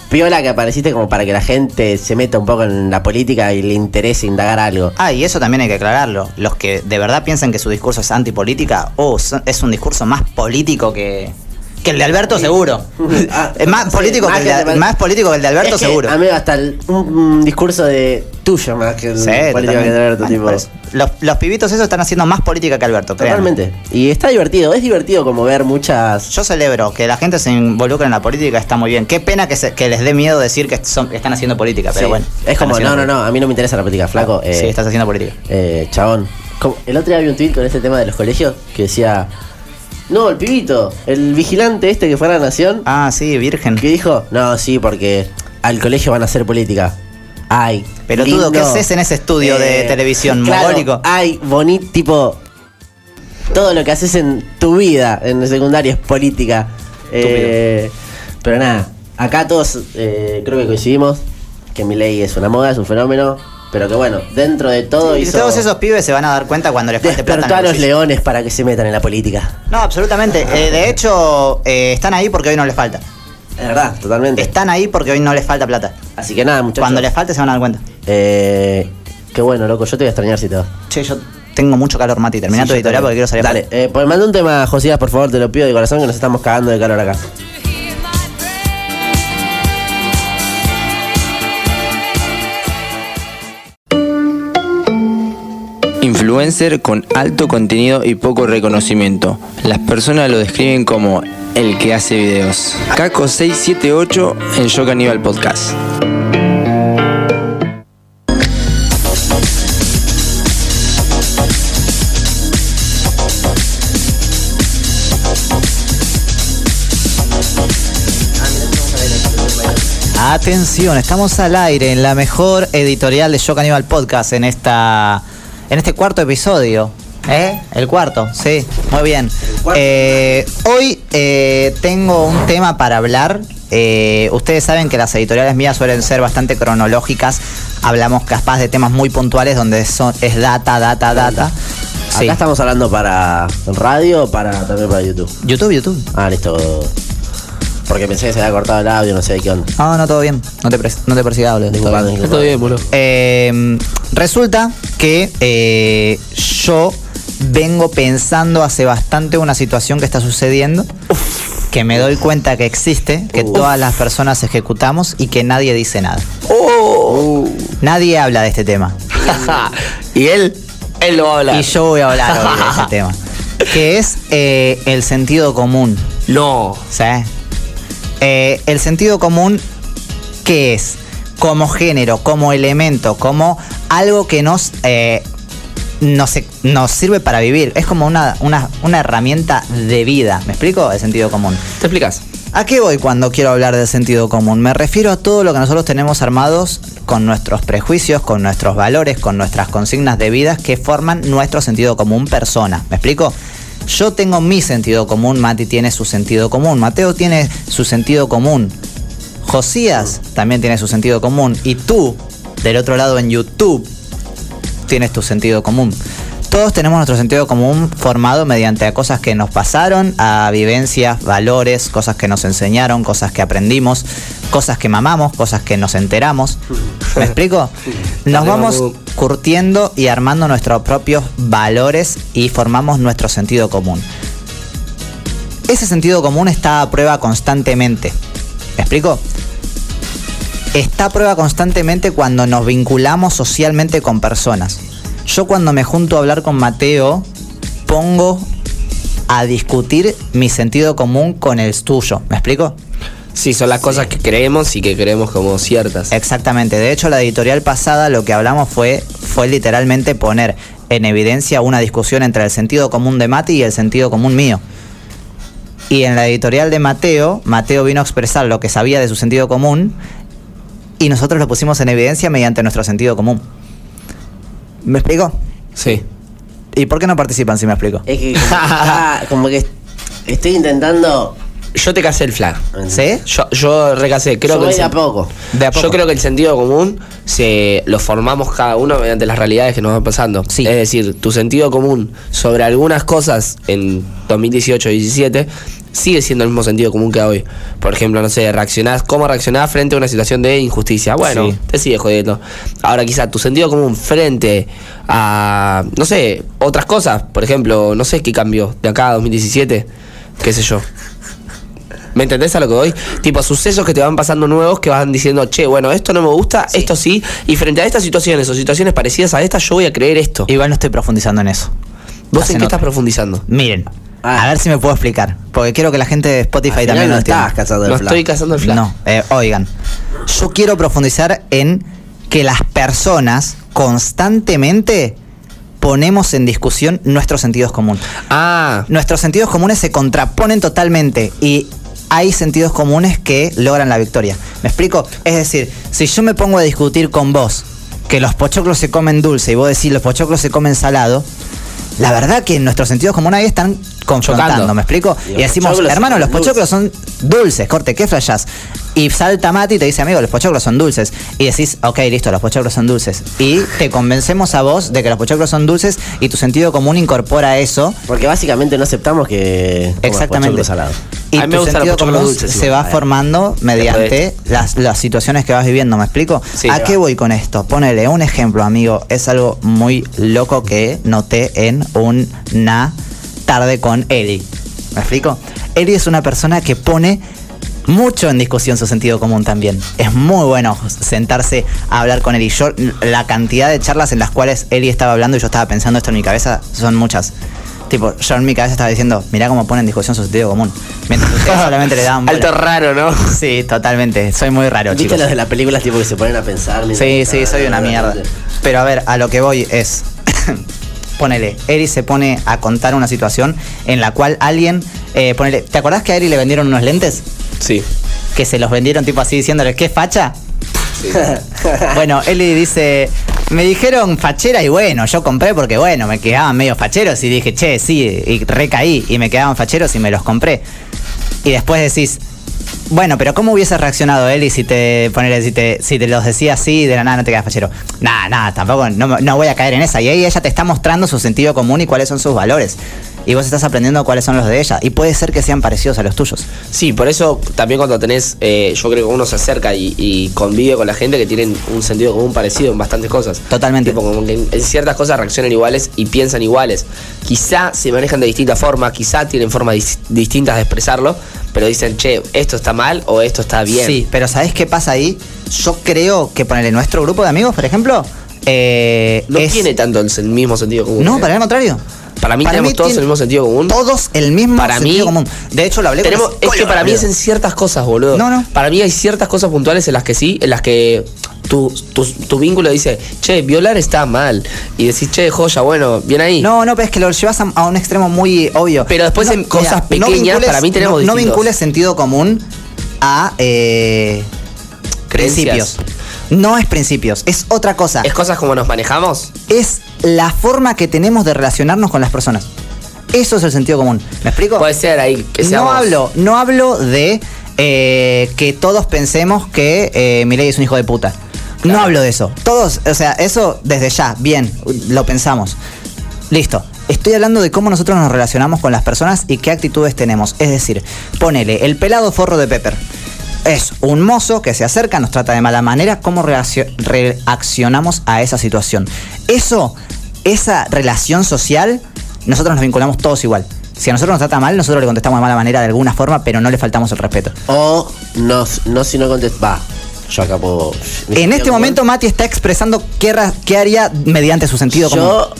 Piola que apareciste como para que la gente se meta un poco en la política y le interese indagar algo. Ah, y eso también hay que aclararlo. Los que de verdad piensan que su discurso es antipolítica, oh, son- es un discurso más político que, que el de Alberto seguro. Ah, es más sí, político, más que que el de- el de- más político que el de Alberto Es que, seguro. Amigo, hasta el- un, un discurso de tuyo más que el Sí, político que totalmente. de Alberto, Bueno, tipo. por eso. los, los pibitos esos están haciendo más política que Alberto, créanme. Totalmente. Y está divertido, es divertido como ver muchas. Yo celebro que la gente se involucre en la política, está muy bien. Qué pena que, se- que les dé miedo decir que, son- que están haciendo política, pero Sí. bueno. es están como, haciendo no, no, no, política. a mí no me interesa la política, flaco. eh, sí, estás haciendo política. Eh, chabón. Como- el otro día había un tweet con este tema de los colegios que decía. No, el pibito, el vigilante este que fue a la nación, Ah, sí, virgen. que dijo, no, sí, porque al colegio van a hacer política. Ay. Pero, lindo. Eh, Tudo, ¿qué haces en ese estudio de televisión, mogólico? Ay, bonito, tipo. Todo lo que haces en tu vida en el secundario es política. Eh, pero nada, acá todos eh, creo que coincidimos que mi ley es una moda, es un fenómeno. Pero que bueno, dentro de todo Y hizo- todos esos pibes se van a dar cuenta cuando les falte plata. en Despertó el a los bolsillo. leones para que se metan en la política. No, absolutamente. Eh, de hecho, eh, están ahí porque hoy no les falta. Es verdad, totalmente. Están ahí porque hoy no les falta plata. Así que nada, Ah, muchachos. Este, Cuando les falte se van a dar cuenta. Eh, qué bueno, loco. Yo te voy a extrañar si te vas. Che, yo tengo mucho calor, Mati. Termina Sí, tu yo editorial también. porque quiero salir. a- Dale, eh, pues manda un tema, Josías, por favor, te lo pido de corazón que nos estamos cagando de calor acá. Influencer con alto contenido y poco reconocimiento. Las personas lo describen como el que hace videos. Caco 678 en Yo Caníbal Podcast. Atención, estamos al aire en la mejor editorial de Yo Caníbal Podcast en esta en este cuarto episodio. ¿Eh? El cuarto, sí, muy bien. Eh, hoy eh, tengo un tema para hablar. Eh, ustedes saben que las editoriales mías suelen ser bastante cronológicas. Hablamos capaz de temas muy puntuales donde son, es data, data, data. Sí. Acá estamos hablando para radio o para, también para YouTube. YouTube, YouTube. Ah, listo. Porque pensé que se había cortado el audio, no sé de qué onda. Ah, No, no, todo bien. No te, pres- no te persigas, boludo. Todo Disculpame, bien. disculpame. Está bien, boludo. Eh, resulta que eh, yo vengo pensando hace bastante una situación que está sucediendo, que me doy cuenta que existe, que todas las personas ejecutamos y que nadie dice nada. Nadie habla de este tema. Oh. y él, él lo va a hablar. Y yo voy a hablar hoy de este tema. Que es eh, el sentido común. No. ¿Sí? Eh, el sentido común, ¿qué es? Como género, como elemento, como algo que nos, eh, nos, nos sirve para vivir. Es como una, una, una herramienta de vida. ¿Me explico? El sentido común. ¿Te explicas? ¿A qué voy cuando quiero hablar del sentido común? Me refiero a todo lo que nosotros tenemos armados con nuestros prejuicios, con nuestros valores, con nuestras consignas de vida que forman nuestro sentido común persona. ¿Me explico? Yo tengo mi sentido común, Mati tiene su sentido común, Mateo tiene su sentido común, Josías también tiene su sentido común y tú, del otro lado en YouTube, tienes tu sentido común. Todos tenemos nuestro sentido común formado mediante a cosas que nos pasaron, a vivencias, valores, cosas que nos enseñaron, cosas que aprendimos, cosas que mamamos, cosas que nos enteramos. ¿Me explico? Nos Dale, vamos Mamu. curtiendo y armando nuestros propios valores y formamos nuestro sentido común. Ese sentido común está a prueba constantemente. ¿Me explico? está a prueba constantemente cuando nos vinculamos socialmente con personas. Yo cuando me junto a hablar con Mateo, pongo a discutir mi sentido común con el tuyo. ¿Me explico? Sí, son las cosas que creemos y que creemos como ciertas. Exactamente. De hecho, la editorial pasada lo que hablamos fue, fue literalmente poner en evidencia una discusión entre el sentido común de Mati y el sentido común mío. Y en la editorial de Mateo, Mateo vino a expresar lo que sabía de su sentido común y nosotros lo pusimos en evidencia mediante nuestro sentido común. ¿Me explico? Sí. ¿Y por qué no participan, si me explico? Es que como, que está- como que estoy intentando. Yo te casé el flag. ¿Sí? Yo, ¿Eh? yo recasé, creo Yo que. el voy de a sen- poco. De a poco. Yo creo que el sentido común se lo formamos cada uno mediante las realidades que nos van pasando. Sí. Es decir, tu sentido común sobre algunas cosas en 2018 17 sigue siendo el mismo sentido común que hoy. Por ejemplo, no sé, reaccionás, cómo reaccionás frente a una situación de injusticia. Bueno, Sí. te sigue jodiendo. Ahora quizá tu sentido común frente a, no sé, otras cosas. Por ejemplo, no sé qué cambió de acá a 2017, qué sé yo. ¿Me entendés a lo que voy? Tipo, sucesos que te van pasando nuevos que van diciendo, che, bueno, esto no me gusta, esto sí. Y frente a estas situaciones o situaciones parecidas a estas, yo voy a creer esto. Igual no estoy profundizando en eso. ¿Vos Hacen en qué otra. estás profundizando? Miren, Ah. a ver si me puedo explicar. Porque quiero que la gente de Spotify Al también final no lo entienda. estás cazando el No flaco. estoy cazando el flash. No, eh, oigan, yo quiero profundizar en que las personas constantemente ponemos en discusión nuestros sentidos comunes. Ah, Nuestros sentidos comunes se contraponen totalmente y hay sentidos comunes que logran la victoria. ¿Me explico? Es decir, si yo me pongo a discutir con vos que los pochoclos se comen dulce y vos decís los pochoclos se comen salado, la verdad que nuestros sentidos comunes ahí están confrontando, Chocando. ¿me explico? Y Y, los decimos, pochoclos se hermano, comen los pochoclos son dulces, corte, ¿qué flashás? Y salta Mati y te dice, amigo, los pochoclos son dulces. Y decís, ok, listo, los pochoclos son dulces. Y te convencemos a vos de que los pochoclos son dulces y tu sentido común incorpora eso Porque básicamente no aceptamos que. comas Exactamente. pochoclo pues, salado. Y A mí me tu gustan los sentido pochoclos común dulces, se igual, va eh. formando mediante las, las situaciones que vas viviendo, ¿me explico? Sí, ¿A ahí qué va. voy con esto? Ponele un ejemplo, amigo. Es algo muy loco que noté en una tarde con Eli. ¿Me explico? Eli es una persona que pone mucho en discusión su sentido común también. Es muy bueno sentarse a hablar con Eli. Yo, la cantidad de charlas en las cuales Eli estaba hablando y yo estaba pensando esto en mi cabeza son muchas. Tipo, yo en mi cabeza estaba diciendo, mirá cómo pone en discusión su sentido común. Mientras ustedes solamente le daban bola. Ah, alto raro, ¿no? Sí, totalmente. Soy muy raro, ¿Viste chicos. las de las películas tipo que se ponen a pensar? Sí, sí, soy una mierda. Pero a ver, a lo que voy es. ponele, Eri se pone a contar una situación en la cual alguien. eh, ponele, ¿te acordás que a Eri le vendieron unos lentes? Sí. Que se los vendieron tipo así diciéndole, ¿qué facha? bueno, Eli dice. Me dijeron fachera y bueno, yo compré porque bueno, me quedaban medio facheros y dije, che, sí, y recaí y me quedaban facheros y me los compré. Y después decís, bueno, pero ¿cómo hubiese reaccionado Eli si te ponele, si te, si te los decía así de la nada no te quedas fachero? Nada, nada, tampoco, no, me- no voy a caer en esa. Y ahí ella te está mostrando su sentido común y cuáles son sus valores. Y vos estás aprendiendo cuáles son los de ella. Y puede ser que sean parecidos a los tuyos. Sí, por eso también cuando tenés, eh, yo creo que uno se acerca y, y convive con la gente que tienen un sentido común parecido en bastantes cosas. Totalmente. Tipo, como que en, en ciertas cosas reaccionan iguales y piensan iguales. Quizá se manejan de distinta forma, quizá tienen formas dis- distintas de expresarlo, pero dicen, che, esto está mal o esto está bien. Sí, pero ¿sabés qué pasa ahí? Yo creo que ponele nuestro grupo de amigos, por ejemplo, eh, No es- tiene tanto el, el mismo sentido común. No, ¿eh? para el contrario. Para mí tenemos todos tiene- el mismo sentido común. Todos el mismo Para mí- sentido común. De hecho, lo hablé con Tenemos- la es que psicóloga, para mí es boludo. en ciertas cosas, boludo. No, no. Para mí hay ciertas cosas puntuales en las que sí, en las que tu, tu, tu vínculo dice, che, violar está mal. Y decís, che, joya, bueno, bien ahí. No, no, pero es que lo llevas a, a un extremo muy obvio. Pero después No, en cosas pequeñas, vincules- para mí tenemos No, no distintos. vincules sentido común a eh, Creencias. principios. No es principios, es otra cosa. Es cosas como nos manejamos. Es la forma que tenemos de relacionarnos con las personas. Eso es el sentido común. ¿Me explico? Puede ser ahí que no seamos- hablo, no hablo de eh, que todos pensemos que eh, Milei es un hijo de puta. No hablo de eso. Todos, o sea, eso desde ya, bien, lo pensamos. Listo. Estoy hablando de cómo nosotros nos relacionamos con las personas y qué actitudes tenemos. Es decir, ponele el pelado forro de Pepper. Es un mozo que se acerca, nos trata de mala manera, cómo reaccio- reaccionamos a esa situación. Eso, esa relación social, nosotros nos vinculamos todos igual. Si a nosotros nos trata mal, nosotros le contestamos de mala manera de alguna forma, pero no le faltamos el respeto. O no, no si no contestas. Va, yo acá puedo. En este momento Mati está expresando qué, ra- qué haría mediante su sentido común. Yo,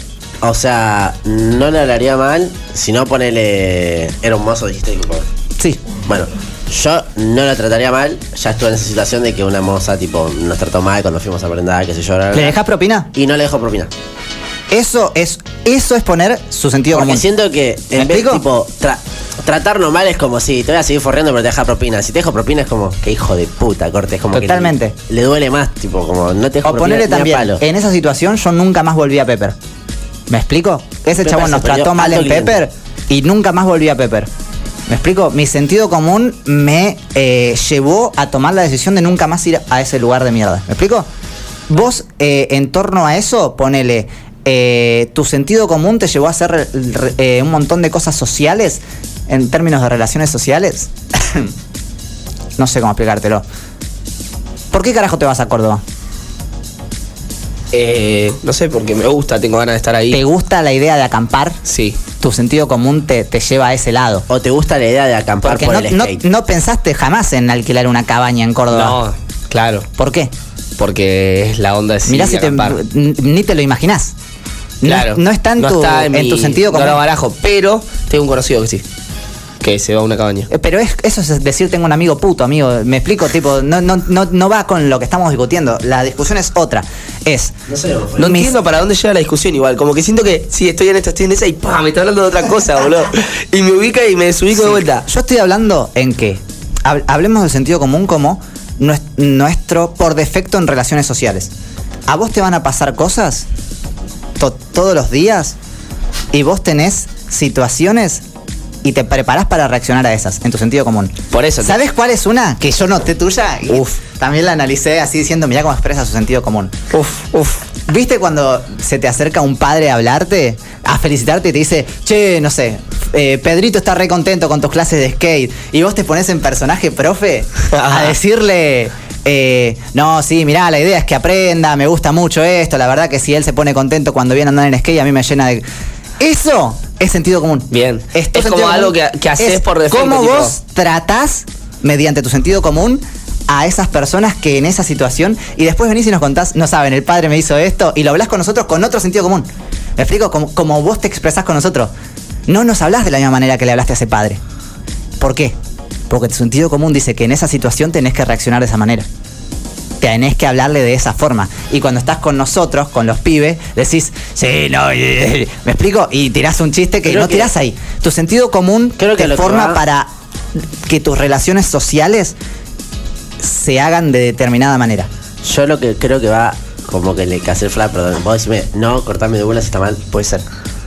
o sea, no le hablaría mal, sino ponele. Era un mozo, dijiste. tipo. Sí. Bueno, yo no lo trataría mal. Ya estuve en esa situación de que una moza, tipo, nos trató mal cuando fuimos a merendar, qué sé yo. bla, bla, ¿Le bla. dejas propina? Y no le dejo propina. Eso es, eso es poner su sentido Porque común. siento que ¿Me en vez de explico? tipo tra- tratarnos mal es como si te voy a seguir forreando pero te deja propina. Si te dejo propina es como que hijo de puta, corte, es como que le- Totalmente. le, duele más, tipo, como no te dejo O propina ponerle ni a también, palo. en esa situación yo nunca más volví a Pepper. ¿Me explico? Ese Pepper chabón se nos prendió trató mal alto en cliente. Pepper y nunca más volví a Pepper. ¿Me explico? Mi sentido común me eh, llevó a tomar la decisión de nunca más ir a ese lugar de mierda. ¿Me explico? Vos, eh, en torno a eso, ponele. eh, tu sentido común te llevó a hacer re- re- eh, un montón de cosas sociales en términos de relaciones sociales. no sé cómo explicártelo. ¿Por qué carajo te vas a Córdoba? Eh, no sé, porque me gusta, tengo ganas de estar ahí. ¿Te gusta la idea de acampar? Sí. Tu sentido común te, te lleva a ese lado. ¿O te gusta la idea de acampar Porque por no, el no- skate? no pensaste jamás en alquilar una cabaña en Córdoba. No, claro. ¿Por qué? Porque es la onda de sí, Mirá si te- acampar. n- ni te lo imaginás. No- Claro. No, está en, tu, está en mi- tu sentido No común. lo barajo, pero tengo un conocido que sí. Que se va a una cabaña. Eh, Pero es, eso es decir, tengo un amigo puto, amigo. Me explico, tipo, no, no, no, no va con lo que estamos discutiendo. La discusión es otra. Es. No mis- entiendo para dónde llega la discusión igual. Como que siento que sí, estoy en esta, estoy en esa y pa, me está hablando de otra cosa, boludo. Y me ubica y me desubico de vuelta. Yo estoy hablando en que hab- hablemos del sentido común como nues- nuestro por defecto en relaciones sociales. A vos te van a pasar cosas to- todos los días y vos tenés situaciones y te preparás para reaccionar a esas en tu sentido común. Por eso te- ¿Sabes cuál es una que yo noté tuya? Y Uf. También la analicé así diciendo, mirá cómo expresa su sentido común. Uf, uf. ¿Viste cuando se te acerca un padre a hablarte, a felicitarte y te dice, che, no sé, eh, Pedrito está re contento con tus clases de skate? Y vos te pones en personaje, profe, a decirle, eh, no, sí, mirá, la idea es que aprenda, me gusta mucho esto, la verdad que si él se pone contento cuando viene a andar en skate, a mí me llena de... Eso es sentido común. Bien. Es, tu Es como sentido algo que- que haces Es por defecto, Cómo tipo- vos tratás mediante tu sentido común a esas personas que en esa situación y después venís y nos contás, no saben, el padre me hizo esto y lo hablás con nosotros con otro sentido común. ¿Me explico? Como, como vos te expresás con nosotros. No nos hablás de la misma manera que le hablaste a ese padre. ¿Por qué? Porque tu sentido común dice que en esa situación tenés que reaccionar de esa manera. Tenés que hablarle de esa forma. Y cuando estás con nosotros, con los pibes, decís, sí, no, y- y- ¿me explico? Y tirás un chiste que Creo no que- tirás ahí. Tu sentido común Creo que te lo que forma va- para que tus relaciones sociales se hagan de determinada manera. Yo lo que creo que va como que le que hacer fla, perdón, vos decime, no, cortame de bola si está mal, puede ser.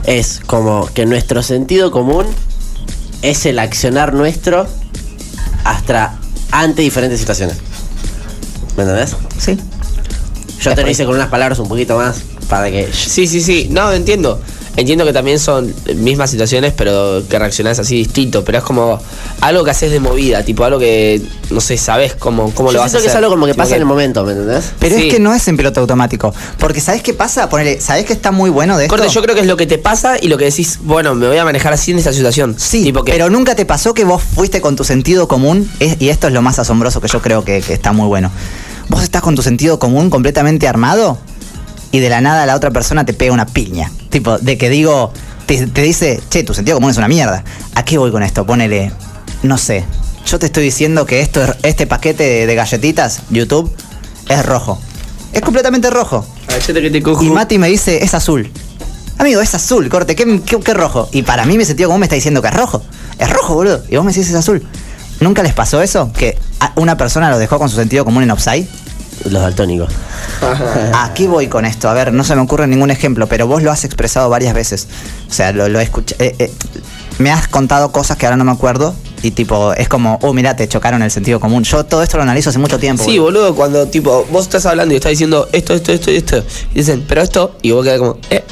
Es como que nuestro sentido común es el accionar nuestro hasta ante diferentes situaciones. ¿Me entendés? Sí. Yo te lo hice con unas palabras un poquito más para que. Sí, sí, sí. No, entiendo. Entiendo que también son mismas situaciones, pero que reaccionás así distinto. Pero es como algo que haces de movida, tipo algo que no sé, sabes cómo, cómo Yo lo vas a siento hacer. que es algo como que Tipo pasa en el momento, ¿me entendés? Pero Sí. es que no es en piloto automático. Porque ¿sabés qué pasa? Ponele, ¿sabés que está muy bueno de esto? Corte, yo creo que es lo que te pasa y lo que decís, bueno, me voy a manejar así en esa situación. Sí, Tipo que- pero nunca te pasó que vos fuiste con tu sentido común, Es- y esto es lo más asombroso que yo creo que, que está muy bueno. Vos estás con tu sentido común completamente armado y de la nada la otra persona te pega una piña. Tipo, de que digo, te, te dice, che, tu sentido común es una mierda. ¿A qué voy con esto? Ponele, no sé. Yo te estoy diciendo que esto, es- este paquete de, de galletitas, YouTube, es rojo. Es completamente rojo. Galleta que te cojo. Y Mati me dice, es azul. Amigo, es azul, corte, ¿qué, qué, qué rojo? Y para mí mi sentido común me está diciendo que es rojo. Es rojo, boludo. Y vos me decís, es azul. ¿Nunca les pasó eso? ¿Que a- una persona lo dejó con su sentido común en offside? Los daltónicos. ¿A qué voy con esto? A ver, no se me ocurre ningún ejemplo, pero vos lo has expresado varias veces. O sea, lo, lo escuché. eh, eh, me has contado cosas que ahora no me acuerdo. Y tipo, es como, oh, mirá, te chocaron el sentido común. Yo todo esto lo analizo hace mucho tiempo. Sí, boludo. boludo, cuando tipo, vos estás hablando y estás diciendo esto, esto, esto y esto. Y dicen, pero esto, y vos quedás como, eh,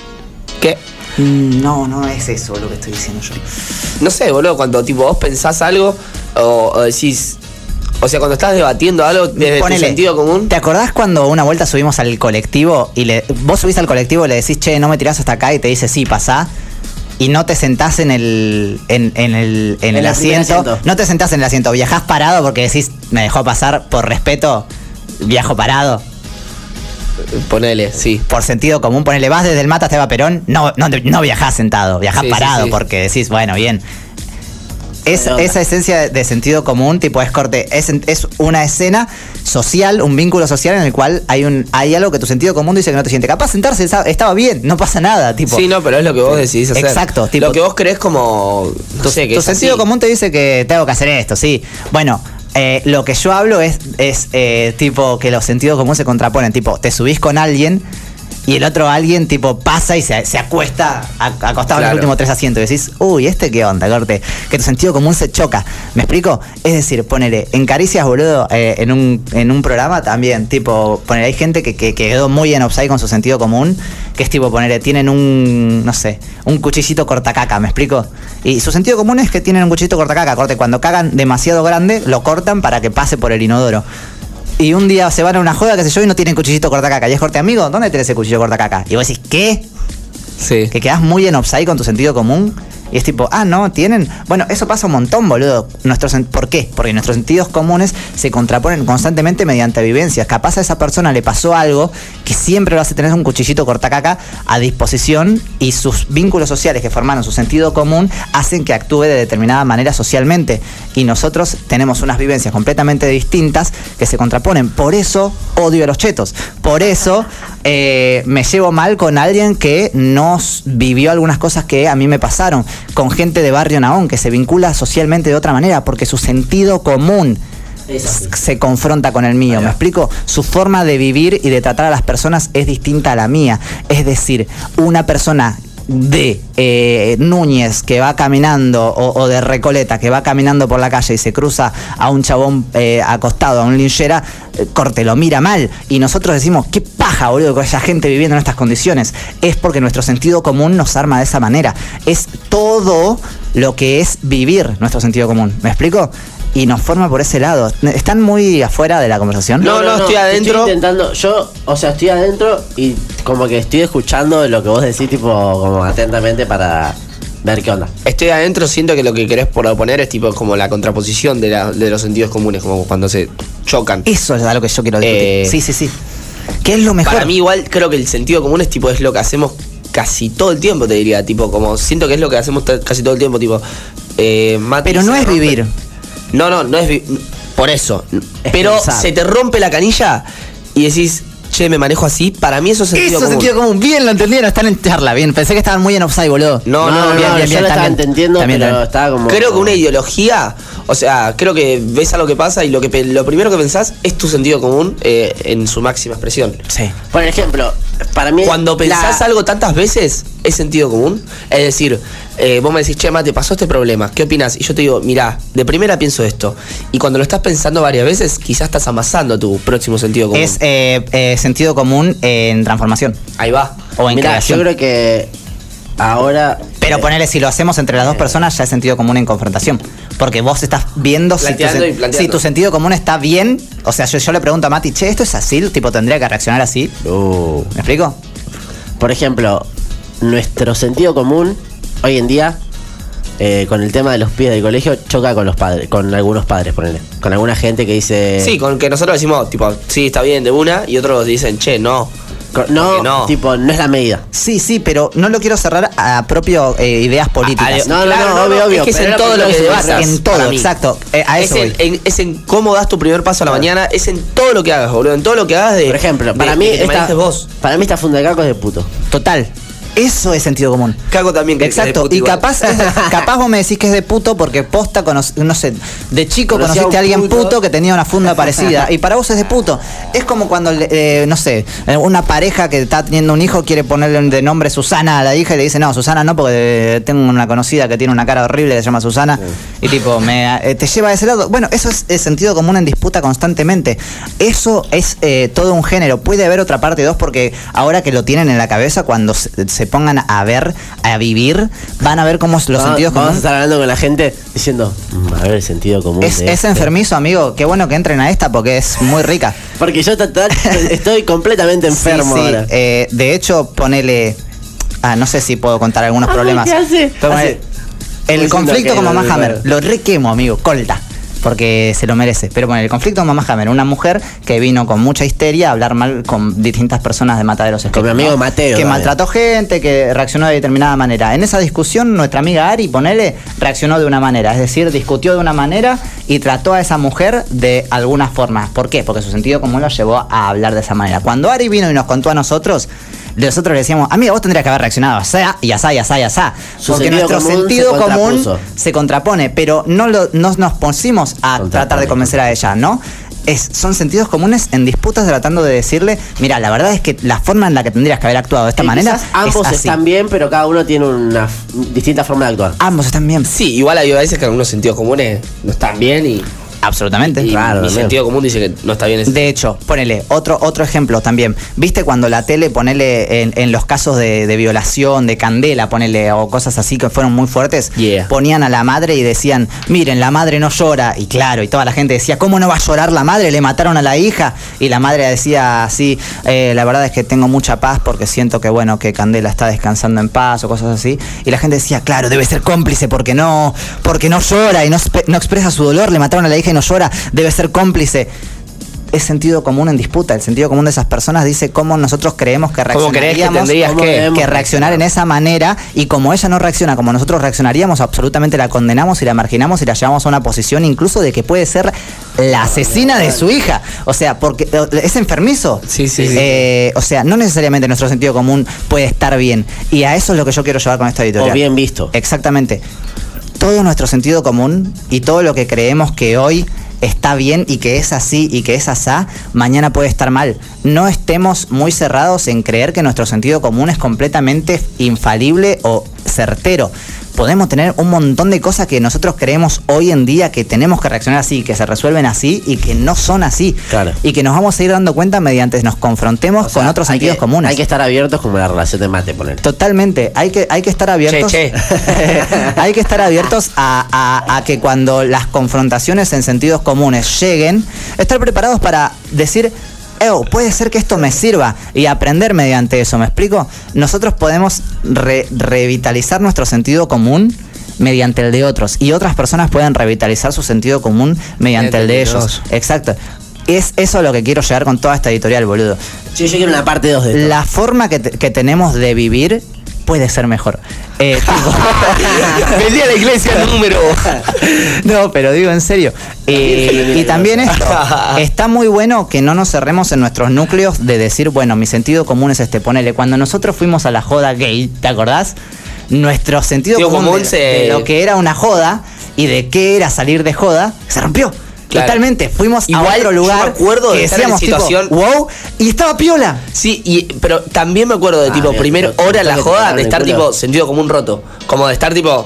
¿qué? Mm, No, no es eso lo que estoy diciendo yo. No sé, boludo, cuando tipo vos pensás algo o, o decís. O sea, cuando estás debatiendo algo desde tu Ponele, este sentido común. ¿Te acordás cuando una vuelta subimos al colectivo y le, vos subís al colectivo y le decís, che, no me tirás hasta acá y te dice, sí, pasá? Y no te sentás en el, en, En en el, en el el primer asiento. asiento. No te sentás en el asiento. Viajás parado porque decís, me dejó pasar por respeto. Viajo parado. Ponele, sí. Por sentido común, ponele, vas desde el mata hasta Eva Perón. No, no, te- no viajás sentado, viajás Sí, sí, parado sí. porque decís, bueno, bien. Es- Buena onda. esa esencia de sentido común, tipo es corte, es, es una escena social, un vínculo social en el cual hay un hay algo que tu sentido común dice que no te siente capaz. Sentarse esa- estaba bien, no pasa nada, tipo. Sí, no, pero es lo que vos decidís hacer. Exacto, tipo- lo que vos crees como. No sé, que tu es sentido así. común te dice que tengo que hacer esto, sí. Bueno, eh, lo que yo hablo es, es eh, tipo que los sentidos comunes se contraponen. Tipo, te subís con alguien y el otro alguien tipo pasa y se, se acuesta a- acostado en el Claro. último tres asientos y decís, uy, ¿este qué onda, corte? Que tu sentido común se choca. ¿Me explico? Es decir, ponele, en caricias, boludo, eh, en, un, en un programa también, tipo, ponele, hay gente que, que- que quedó muy en offside con su sentido común, que es tipo, ponele, tienen un, no sé, un cuchillito cortacaca, ¿me explico? Y su sentido común es que tienen un cuchillito cortacaca, corte, cuando cagan demasiado grande, lo cortan para que pase por el inodoro. Y un día se van a una joda, qué sé yo, y no tienen cuchillito cortacaca. Y es corte, amigo, ¿dónde tenés ese cuchillo cortacaca? Y vos decís, ¿qué? Sí. Que quedás muy en offside con tu sentido común. Y es tipo, ah, no, tienen. Bueno, eso pasa un montón, boludo. Nuestros sen- ¿Por qué? Porque nuestros sentidos comunes se contraponen constantemente mediante vivencias. Capaz a esa persona le pasó algo que siempre lo hace tener un cuchillito cortacaca a disposición y sus vínculos sociales que formaron su sentido común hacen que actúe de determinada manera socialmente. Y nosotros tenemos unas vivencias completamente distintas que se contraponen. Por eso odio a los chetos. Por eso eh, me llevo mal con alguien que no s- vivió algunas cosas que a mí me pasaron. Con gente de barrio Naón que se vincula socialmente de otra manera porque su sentido común s- se confronta con el mío. ¿Me explico? Su forma de vivir y de tratar a las personas es distinta a la mía. Es decir, una persona de eh, Núñez que va caminando o, o de Recoleta que va caminando por la calle y se cruza a un chabón eh, acostado, a un linchera, eh, corte, lo mira mal. Y nosotros decimos, qué paja, boludo, con esa gente viviendo en estas condiciones. Es porque nuestro sentido común nos arma de esa manera. Es todo lo que es vivir nuestro sentido común. ¿Me explico? Y nos forma por ese lado. ¿Están muy afuera de la conversación? No, no, estoy adentro. intentando, yo, o sea, estoy adentro y como que estoy escuchando lo que vos decís, tipo, como atentamente para ver qué onda. Estoy adentro, siento que lo que querés proponer es tipo como la contraposición de, la- de los sentidos comunes, como cuando se chocan. Eso es a lo que yo quiero discutir. Eh, sí, sí, sí. ¿Qué es lo mejor? Para mí igual creo que el sentido común es tipo es lo que hacemos casi todo el tiempo, te diría, tipo como siento que es lo que hacemos ta- casi todo el tiempo, tipo eh, Mati Pero no se es rompe- vivir. No, no, no es vi- por eso. Es Pero pensar. se te rompe la canilla y decís, "Che, me manejo así." Para mí eso es sentido Eso común. sentido común. Bien, lo entendieron. Están en charla. Bien, pensé que estaban muy en offside, boludo. No, no, bien, bien, yo bien, lo estaba también, entendiendo, también, pero también. estaba como... Creo que una ideología, o sea, creo que ves a lo que pasa y lo que pe- lo primero que pensás es tu sentido común eh, en su máxima expresión. Sí. Por ejemplo, para mí... Cuando pensás la- algo tantas veces, es sentido común. Es decir, eh, vos me decís, che, mate, pasó este problema, ¿qué opinas? Y yo te digo, mirá, de primera pienso esto. Y cuando lo estás pensando varias veces, quizás estás amasando tu próximo sentido común. Es eh, eh, sentido común en transformación Ahí va. o en Mirá, creación. yo creo que ahora... Eh. Pero ponerle, si lo hacemos entre las dos personas, ya es sentido común en confrontación. Porque vos estás viendo si tu, Planteando sen- y planteando. si tu sentido común está bien. O sea, yo, yo le pregunto a Mati, che, ¿esto es así? Tipo, tendría que reaccionar así. Uh. ¿Me explico? Por ejemplo, nuestro sentido común hoy en día eh, con el tema de los pies del colegio choca con los padres, con algunos padres, ponele. Con alguna gente que dice. Sí, con que nosotros decimos, tipo, sí, está bien, de una, y otros dicen, che, no. con- no, porque no. tipo, no es la medida. Sí, sí, pero no lo quiero cerrar a propio eh, ideas políticas. No, no, no, obvio, obvio, Es que es pero en era todo lo que primero que debatas. en todo, para mí. exacto. Eh, a es, eso en, voy. en- es en cómo das tu primer paso a la mañana, es en todo lo que hagas, boludo, en todo lo que hagas de. Por ejemplo, de- para de mí que te esta. manejes vos. Para mí esta funda de cacos es de puto. Total. Eso es sentido común. Cago también que que de Exacto. puta Y igual. capaz, es de- capaz vos me decís que es de puto porque posta, conoc- no sé, de chico Conocí a conociste un a alguien puto. puto que tenía una funda parecida. Y para vos es de puto. Es como cuando, eh, no sé, una pareja que está teniendo un hijo quiere ponerle de nombre Susana a la hija y le dice, no, Susana no, porque eh, tengo una conocida que tiene una cara horrible que se llama Susana. Y tipo, me, eh, te lleva a ese lado. Bueno, eso es el sentido común en disputa constantemente. Eso es eh, todo un género. Puede haber otra parte 2 porque ahora que lo tienen en la cabeza, cuando se, se pongan a ver, a vivir, van a ver cómo los Vamos- sentidos Ah, Vamos a comunes. estar hablando con la gente diciendo. "Mm, a ver el sentido común. Es, de es este". enfermizo, amigo. Qué bueno que entren a esta porque es muy rica. Porque yo total, estoy completamente enfermo Sí, sí. ahora. Eh, de hecho, ponele. Ah, no sé si puedo contar algunos Ay, problemas. ¿qué hace? Ponele, Hace- El Diciendo conflicto que con lo Mamá del Hammer. Lo requemo, amigo. Colta. Porque se lo merece. Pero bueno, el conflicto con Mamá Hammer. Una mujer que vino con mucha histeria a hablar mal con distintas personas de Mataderos Escritos, mi amigo Mateo, Que también. maltrató gente, que reaccionó de determinada manera. En esa discusión, nuestra amiga Ari, ponele, reaccionó de una manera. Es decir, discutió de una manera y trató a esa mujer de alguna forma. ¿Por qué? Porque su sentido común lo llevó a hablar de esa manera. Cuando Ari vino y nos contó a nosotros, nosotros le decíamos, amiga, vos tendrías que haber reaccionado asá y asá y asá y asá. Su Porque sentido nuestro común se sentido común contrapuso. se contrapone, pero no, lo- no nos pusimos a Contrapone. tratar de convencer a ella, ¿no? es, son sentidos comunes en disputas tratando de decirle, mira, la verdad es que la forma en la que tendrías que haber actuado de esta Y manera quizás ambos es así. están bien, pero cada uno tiene una f- distinta forma de actuar. Ambos están bien. Sí, igual hay veces que algunos sentidos comunes no están bien y, Absolutamente. y Claro, mi también. sentido común dice que no está bien. ese- De hecho, ponele, otro, otro ejemplo también. ¿Viste cuando la tele, ponele, en, en los casos de, de violación, de candela, ponele, o cosas así que fueron muy fuertes, Yeah. ponían a la madre y decían, miren, la madre no llora. Y claro, y toda la gente decía, ¿cómo no va a llorar la madre? Le mataron a la hija. Y la madre decía así, "Eh, la verdad es que tengo mucha paz porque siento que, bueno, que Candela está descansando en paz o cosas así. Y la gente decía, claro, debe ser cómplice porque no, porque no llora y no, espe- no expresa su dolor, le mataron a la hija y no llora, debe ser cómplice es sentido común en disputa. El sentido común de esas personas dice cómo nosotros creemos que ¿Cómo crees que reaccionaríamos. tendrías ¿Cómo que? debemos? que reaccionar en esa manera y como ella no reacciona como nosotros reaccionaríamos, absolutamente la condenamos y la marginamos y la llevamos a una posición incluso de que puede ser la asesina de su hija. O sea, porque eh, es enfermizo. Sí, sí, sí. Eh, o sea, no necesariamente nuestro sentido común puede estar bien. Y a eso es lo que yo quiero llevar con esta editorial. O bien visto. Exactamente. Todo nuestro sentido común y todo lo que creemos que hoy está bien y que es así y que es asá, mañana puede estar mal. No estemos muy cerrados en creer que nuestro sentido común es completamente infalible o certero. Podemos tener un montón de cosas que nosotros creemos hoy en día que tenemos que reaccionar así, que se resuelven así y que no son así. Claro. Y que nos vamos a ir dando cuenta mediante nos confrontemos O sea, con otros hay sentidos que- comunes. Hay que estar abiertos como la relación de mate, poner. Totalmente, hay que, hay que estar abiertos. Che, hay que estar abiertos a, a- a que cuando las confrontaciones en sentidos comunes lleguen, estar preparados para decir. "Ew, puede ser que esto me sirva y aprender mediante eso, ¿me explico? Nosotros podemos re- revitalizar nuestro sentido común mediante el de otros y otras personas pueden revitalizar su sentido común mediante el de ellos. Mediante Exacto. Es eso lo que quiero llegar con toda esta editorial, boludo Yo, yo quiero una parte 2 de esto. la forma que, te- que tenemos de vivir puede ser mejor. Eh, tipo- Vendí a la iglesia número. no, pero digo en serio. Eh, y también esto, está muy bueno que no nos cerremos en nuestros núcleos de decir, bueno, mi sentido común es este, ponele, cuando nosotros fuimos a la joda gay, ¿te acordás? Nuestro sentido Tío, común, común de, se- de lo que era una joda y de qué era salir de joda, se rompió. Claro. Totalmente, fuimos a Igual, otro yo me lugar acuerdo de que estar en decíamos tipo, situación- wow, y estaba piola. Sí, y, pero también me acuerdo de Ah, tipo, bien, primer pero- hora tengo la que joda, tocarme de el estar culo. tipo, sentido común roto. Como de estar tipo.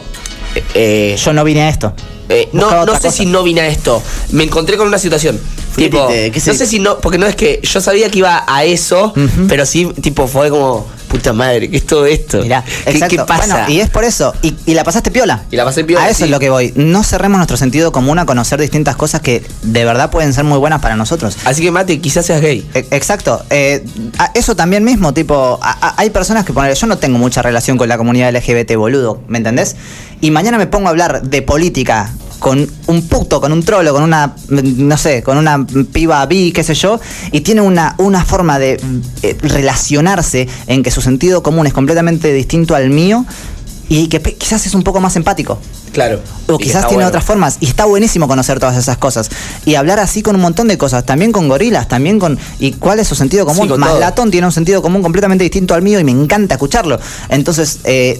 eh, eh, Yo no vine a esto. Eh, Buscaba no no otra sé cosa. si no vine a esto. Me encontré con una situación. Fui tipo, y te- ¿qué no sé? sé si no, porque no es que yo sabía que iba a eso, Ujú. pero sí, tipo, fue como, puta madre, ¿qué es todo esto? Mirá, ¿Qué, exacto. qué pasa? Bueno, y es por eso. Y, y la pasaste piola. Y la pasé piola, A eso sí. es lo que voy. No cerremos nuestro sentido común a conocer distintas cosas que de verdad pueden ser muy buenas para nosotros. Así que Mate, quizás seas gay. E- Exacto. Eh, a- eso también mismo, tipo, a- a- hay personas que poner, yo no tengo mucha relación con la comunidad LGBT, boludo, ¿me entendés? Y mañana me pongo a hablar de política con un puto, con un trolo, con una, mm, no sé, con una piba bi, qué sé yo, y tiene una, una forma de mm, eh, relacionarse en que su sentido común es completamente distinto al mío y que pe- quizás es un poco más empático. Claro. O quizás tiene otras formas. Y está buenísimo conocer todas esas cosas. Y hablar así con un montón de cosas. También con gorilas, también con. ¿Y cuál es su sentido común? Sí, con todo. Maslatón tiene un sentido común completamente distinto al mío y me encanta escucharlo. Entonces, eh,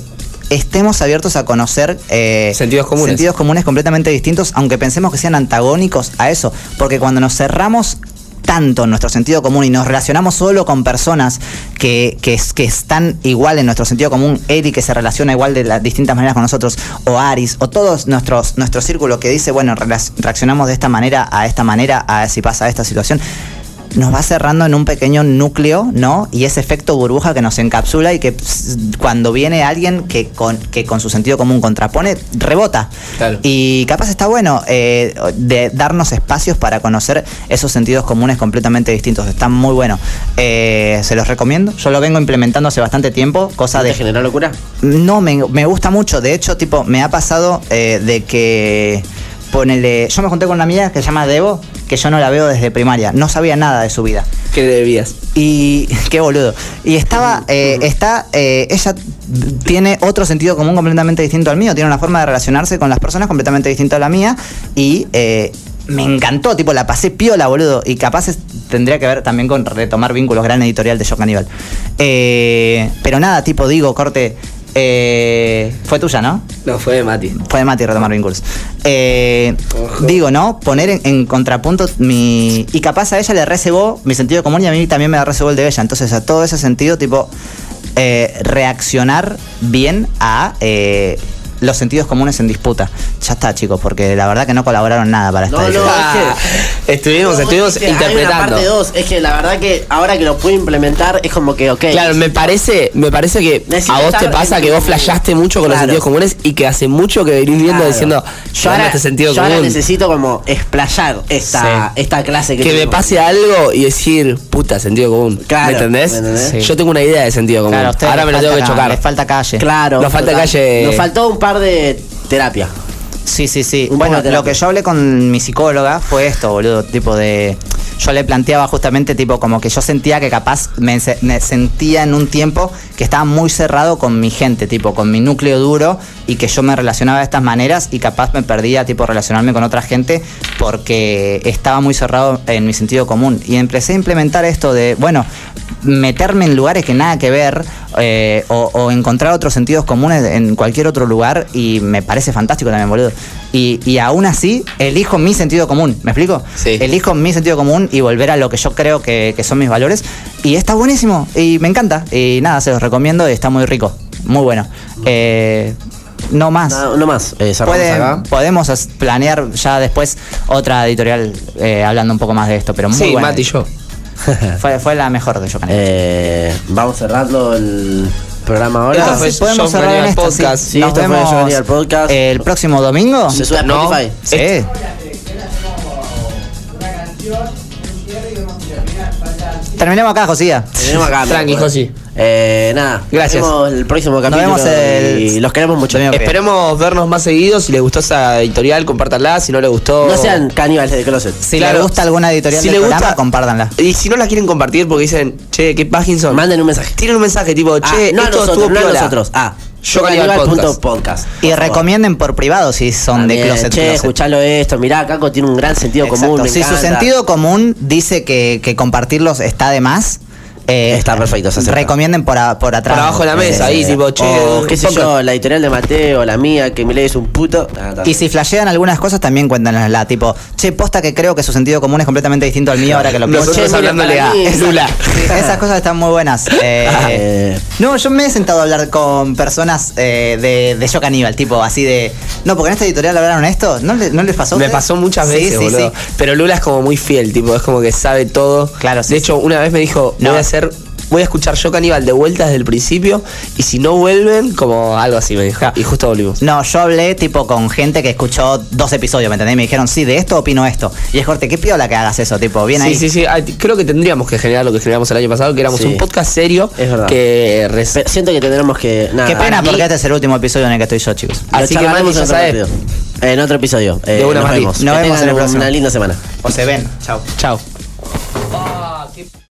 estemos abiertos a conocer. eh, Sentidos comunes. Sentidos comunes completamente distintos, aunque pensemos que sean antagónicos a eso. Porque cuando nos cerramos tanto en nuestro sentido común y nos relacionamos solo con personas que, que, es- que están igual en nuestro sentido común, Eddie que se relaciona igual de las distintas maneras con nosotros, o Aris, o todos nuestros, nuestro círculo que dice, bueno, relac- reaccionamos de esta manera a esta manera, a si pasa esta situación, nos va cerrando en un pequeño núcleo, ¿no? Y ese efecto burbuja que nos encapsula y que pss, cuando viene alguien que con, que con su sentido común contrapone, rebota. Claro. Y capaz está bueno eh, de darnos espacios para conocer esos sentidos comunes completamente distintos. Está muy bueno. Eh, se los recomiendo. Yo lo vengo implementando hace bastante tiempo, cosa ¿No de ¿Te generó locura? no, me, me gusta mucho. De hecho, tipo, me ha pasado eh, de que. Ponele. Yo me junté con una amiga que se llama Debo, que yo no la veo desde primaria. No sabía nada de su vida. que debías. Y qué boludo. Y estaba, eh, está, eh, ella tiene otro sentido común completamente distinto al mío, tiene una forma de relacionarse con las personas completamente distinta a la mía y eh, me encantó, tipo, la pasé piola, boludo. Y capaz es- tendría que ver también con retomar vínculos, gran editorial de Yo Caníbal. Eh, pero nada, tipo, digo, corte, Eh, fue tuya, ¿no? No, fue de Mati. Fue de Mati retomar vínculos. Eh, digo, ¿no? Poner en, en contrapunto mi. Y capaz a ella le recebó mi sentido común y a mí también me la recebó el de ella. Entonces, a todo ese sentido, tipo, eh, reaccionar bien a. eh, los sentidos comunes en disputa. Ya está, chicos, porque la verdad que no colaboraron nada para esta No, no, disputa. Ah, estuvimos, estuvimos Dice, hay una interpretando. parte dos, es que la verdad que ahora que lo pude implementar es como que, ok. Claro, me parece, me parece que Necesito a vos te estar pasa en que tu- vos flashaste mucho con los Claro. sentidos comunes y que hace mucho que venís viendo Claro. diciendo, yo ahora este sentido yo ahora común. necesito como explayar esta, Sí. esta clase que que me tuvimos. pase algo y decir, puta, sentido común. Claro, ¿Me entendés? ¿me entendés? Sí. Yo tengo una idea de sentido común. Claro, a ustedes Ahora me les lo tengo que falta ca- chocar. Les falta calle. Claro. Nos falta total. calle. Nos faltó un par de terapia. Sí, sí, sí. Un bueno, poco de lo terapia. que yo hablé con mi psicóloga fue esto, boludo, tipo de... Yo le planteaba justamente tipo como que yo sentía que capaz me, se- me sentía en un tiempo que estaba muy cerrado con mi gente, tipo con mi núcleo duro y que yo me relacionaba de estas maneras y capaz me perdía tipo relacionarme con otra gente porque estaba muy cerrado en mi sentido común. Y empecé a implementar esto de, bueno, meterme en lugares que nada que ver eh, o, o encontrar otros sentidos comunes en cualquier otro lugar y me parece fantástico también, boludo. Y, y aún así, elijo mi sentido común, ¿me explico? Sí. Elijo mi sentido común y volver a lo que yo creo que, que son mis valores y está buenísimo y me encanta y nada, se los recomiendo y está muy rico, muy bueno. Eh, no más. No, no más. Eh, cerramos Pueden- acá. podemos as- planear ya después otra editorial eh, hablando un poco más de esto, pero muy Sí, buena. Mati y yo. Fue, fue la mejor de yo Eh, vamos cerrando el programa ahora. Esto fue Entonces podemos John cerrar Ferreira en esto, Podcast. sí. Sí, Nos esto fue vemos pues, John Ferreira Podcast. el próximo domingo. Se Este. sube a No. Spotify. Sí. Terminemos acá, Josía. Tenemos acá. Tranqui, ¿no? Josi. Eh, nada. Gracias. Nos vemos el próximo capítulo. vemos el- Y los queremos mucho. Domingo que viene. Esperemos vernos más seguidos. Si les gustó esa editorial, compártanla. Si no les gustó. No sean caníbales de closet. Si les gusta alguna editorial si del les programa, compártanla. Y si no la quieren compartir porque dicen, che, qué Parkinson. Manden un mensaje. Tienen un mensaje tipo, Ah, che, no a esto nosotros, estuvo no a piola. nosotros. Ah, Yo Caníbal Podcast. Y recomienden por privado si son de closet. Che, closet. escuchalo esto. Mirá, Caco tiene un gran sentido Exacto. común. me si su encanta. sentido común dice que, que compartirlos está de más, eh, Está perfecto, se acepta. Recomienden por, a- por atrás. Por abajo de la mesa, ahí, tipo, che, Eh, o, qué sé podcast. yo, la editorial de Mateo, la mía, que mi ley es un puto. Ah, Y si flashean algunas cosas, también cuéntanosla. Tipo, che, posta que creo que su sentido común es completamente distinto al mío ahora que lo pienso. Ah, Nosotros Che, mira, hablándole para a mí- Lula. Sí, Esas cosas están muy buenas. Eh, Eh. no, yo me he sentado a hablar con personas eh, de, de Yo Caníbal, tipo así de. No, porque en esta editorial hablaron esto. ¿No, le- no les pasó? a Me ustedes? pasó muchas Sí, veces, sí, boludo. sí. Pero Lula es como muy fiel, tipo, es como que sabe todo. Claro, sí, De hecho, una vez me dijo, No. voy a hacer, voy a escuchar yo Caníbal de vuelta desde el principio y si no vuelven, como algo así me dijo. Ja. Y justo volvimos. No, yo hablé tipo con gente que escuchó dos episodios, ¿me entendés? Y Me dijeron, sí, de esto opino esto. Y es corte, qué piola que hagas eso, tipo, bien sí, ahí. sí, sí. Ah, creo que tendríamos que generar lo que generamos el año pasado, que éramos Sí. un podcast serio Es verdad. que res- Pe- siento que tendremos que. Nada, Qué pena, para mí, porque este es el último episodio en el que estoy yo, chicos. lo Así que, charlaremos Mati, ya en otro sabes. episodio. En otro episodio. Eh, De una, nos Mati. vemos. Nos Que vemos en el tengan próximo. Una linda semana. O se ven. Chao. Chao.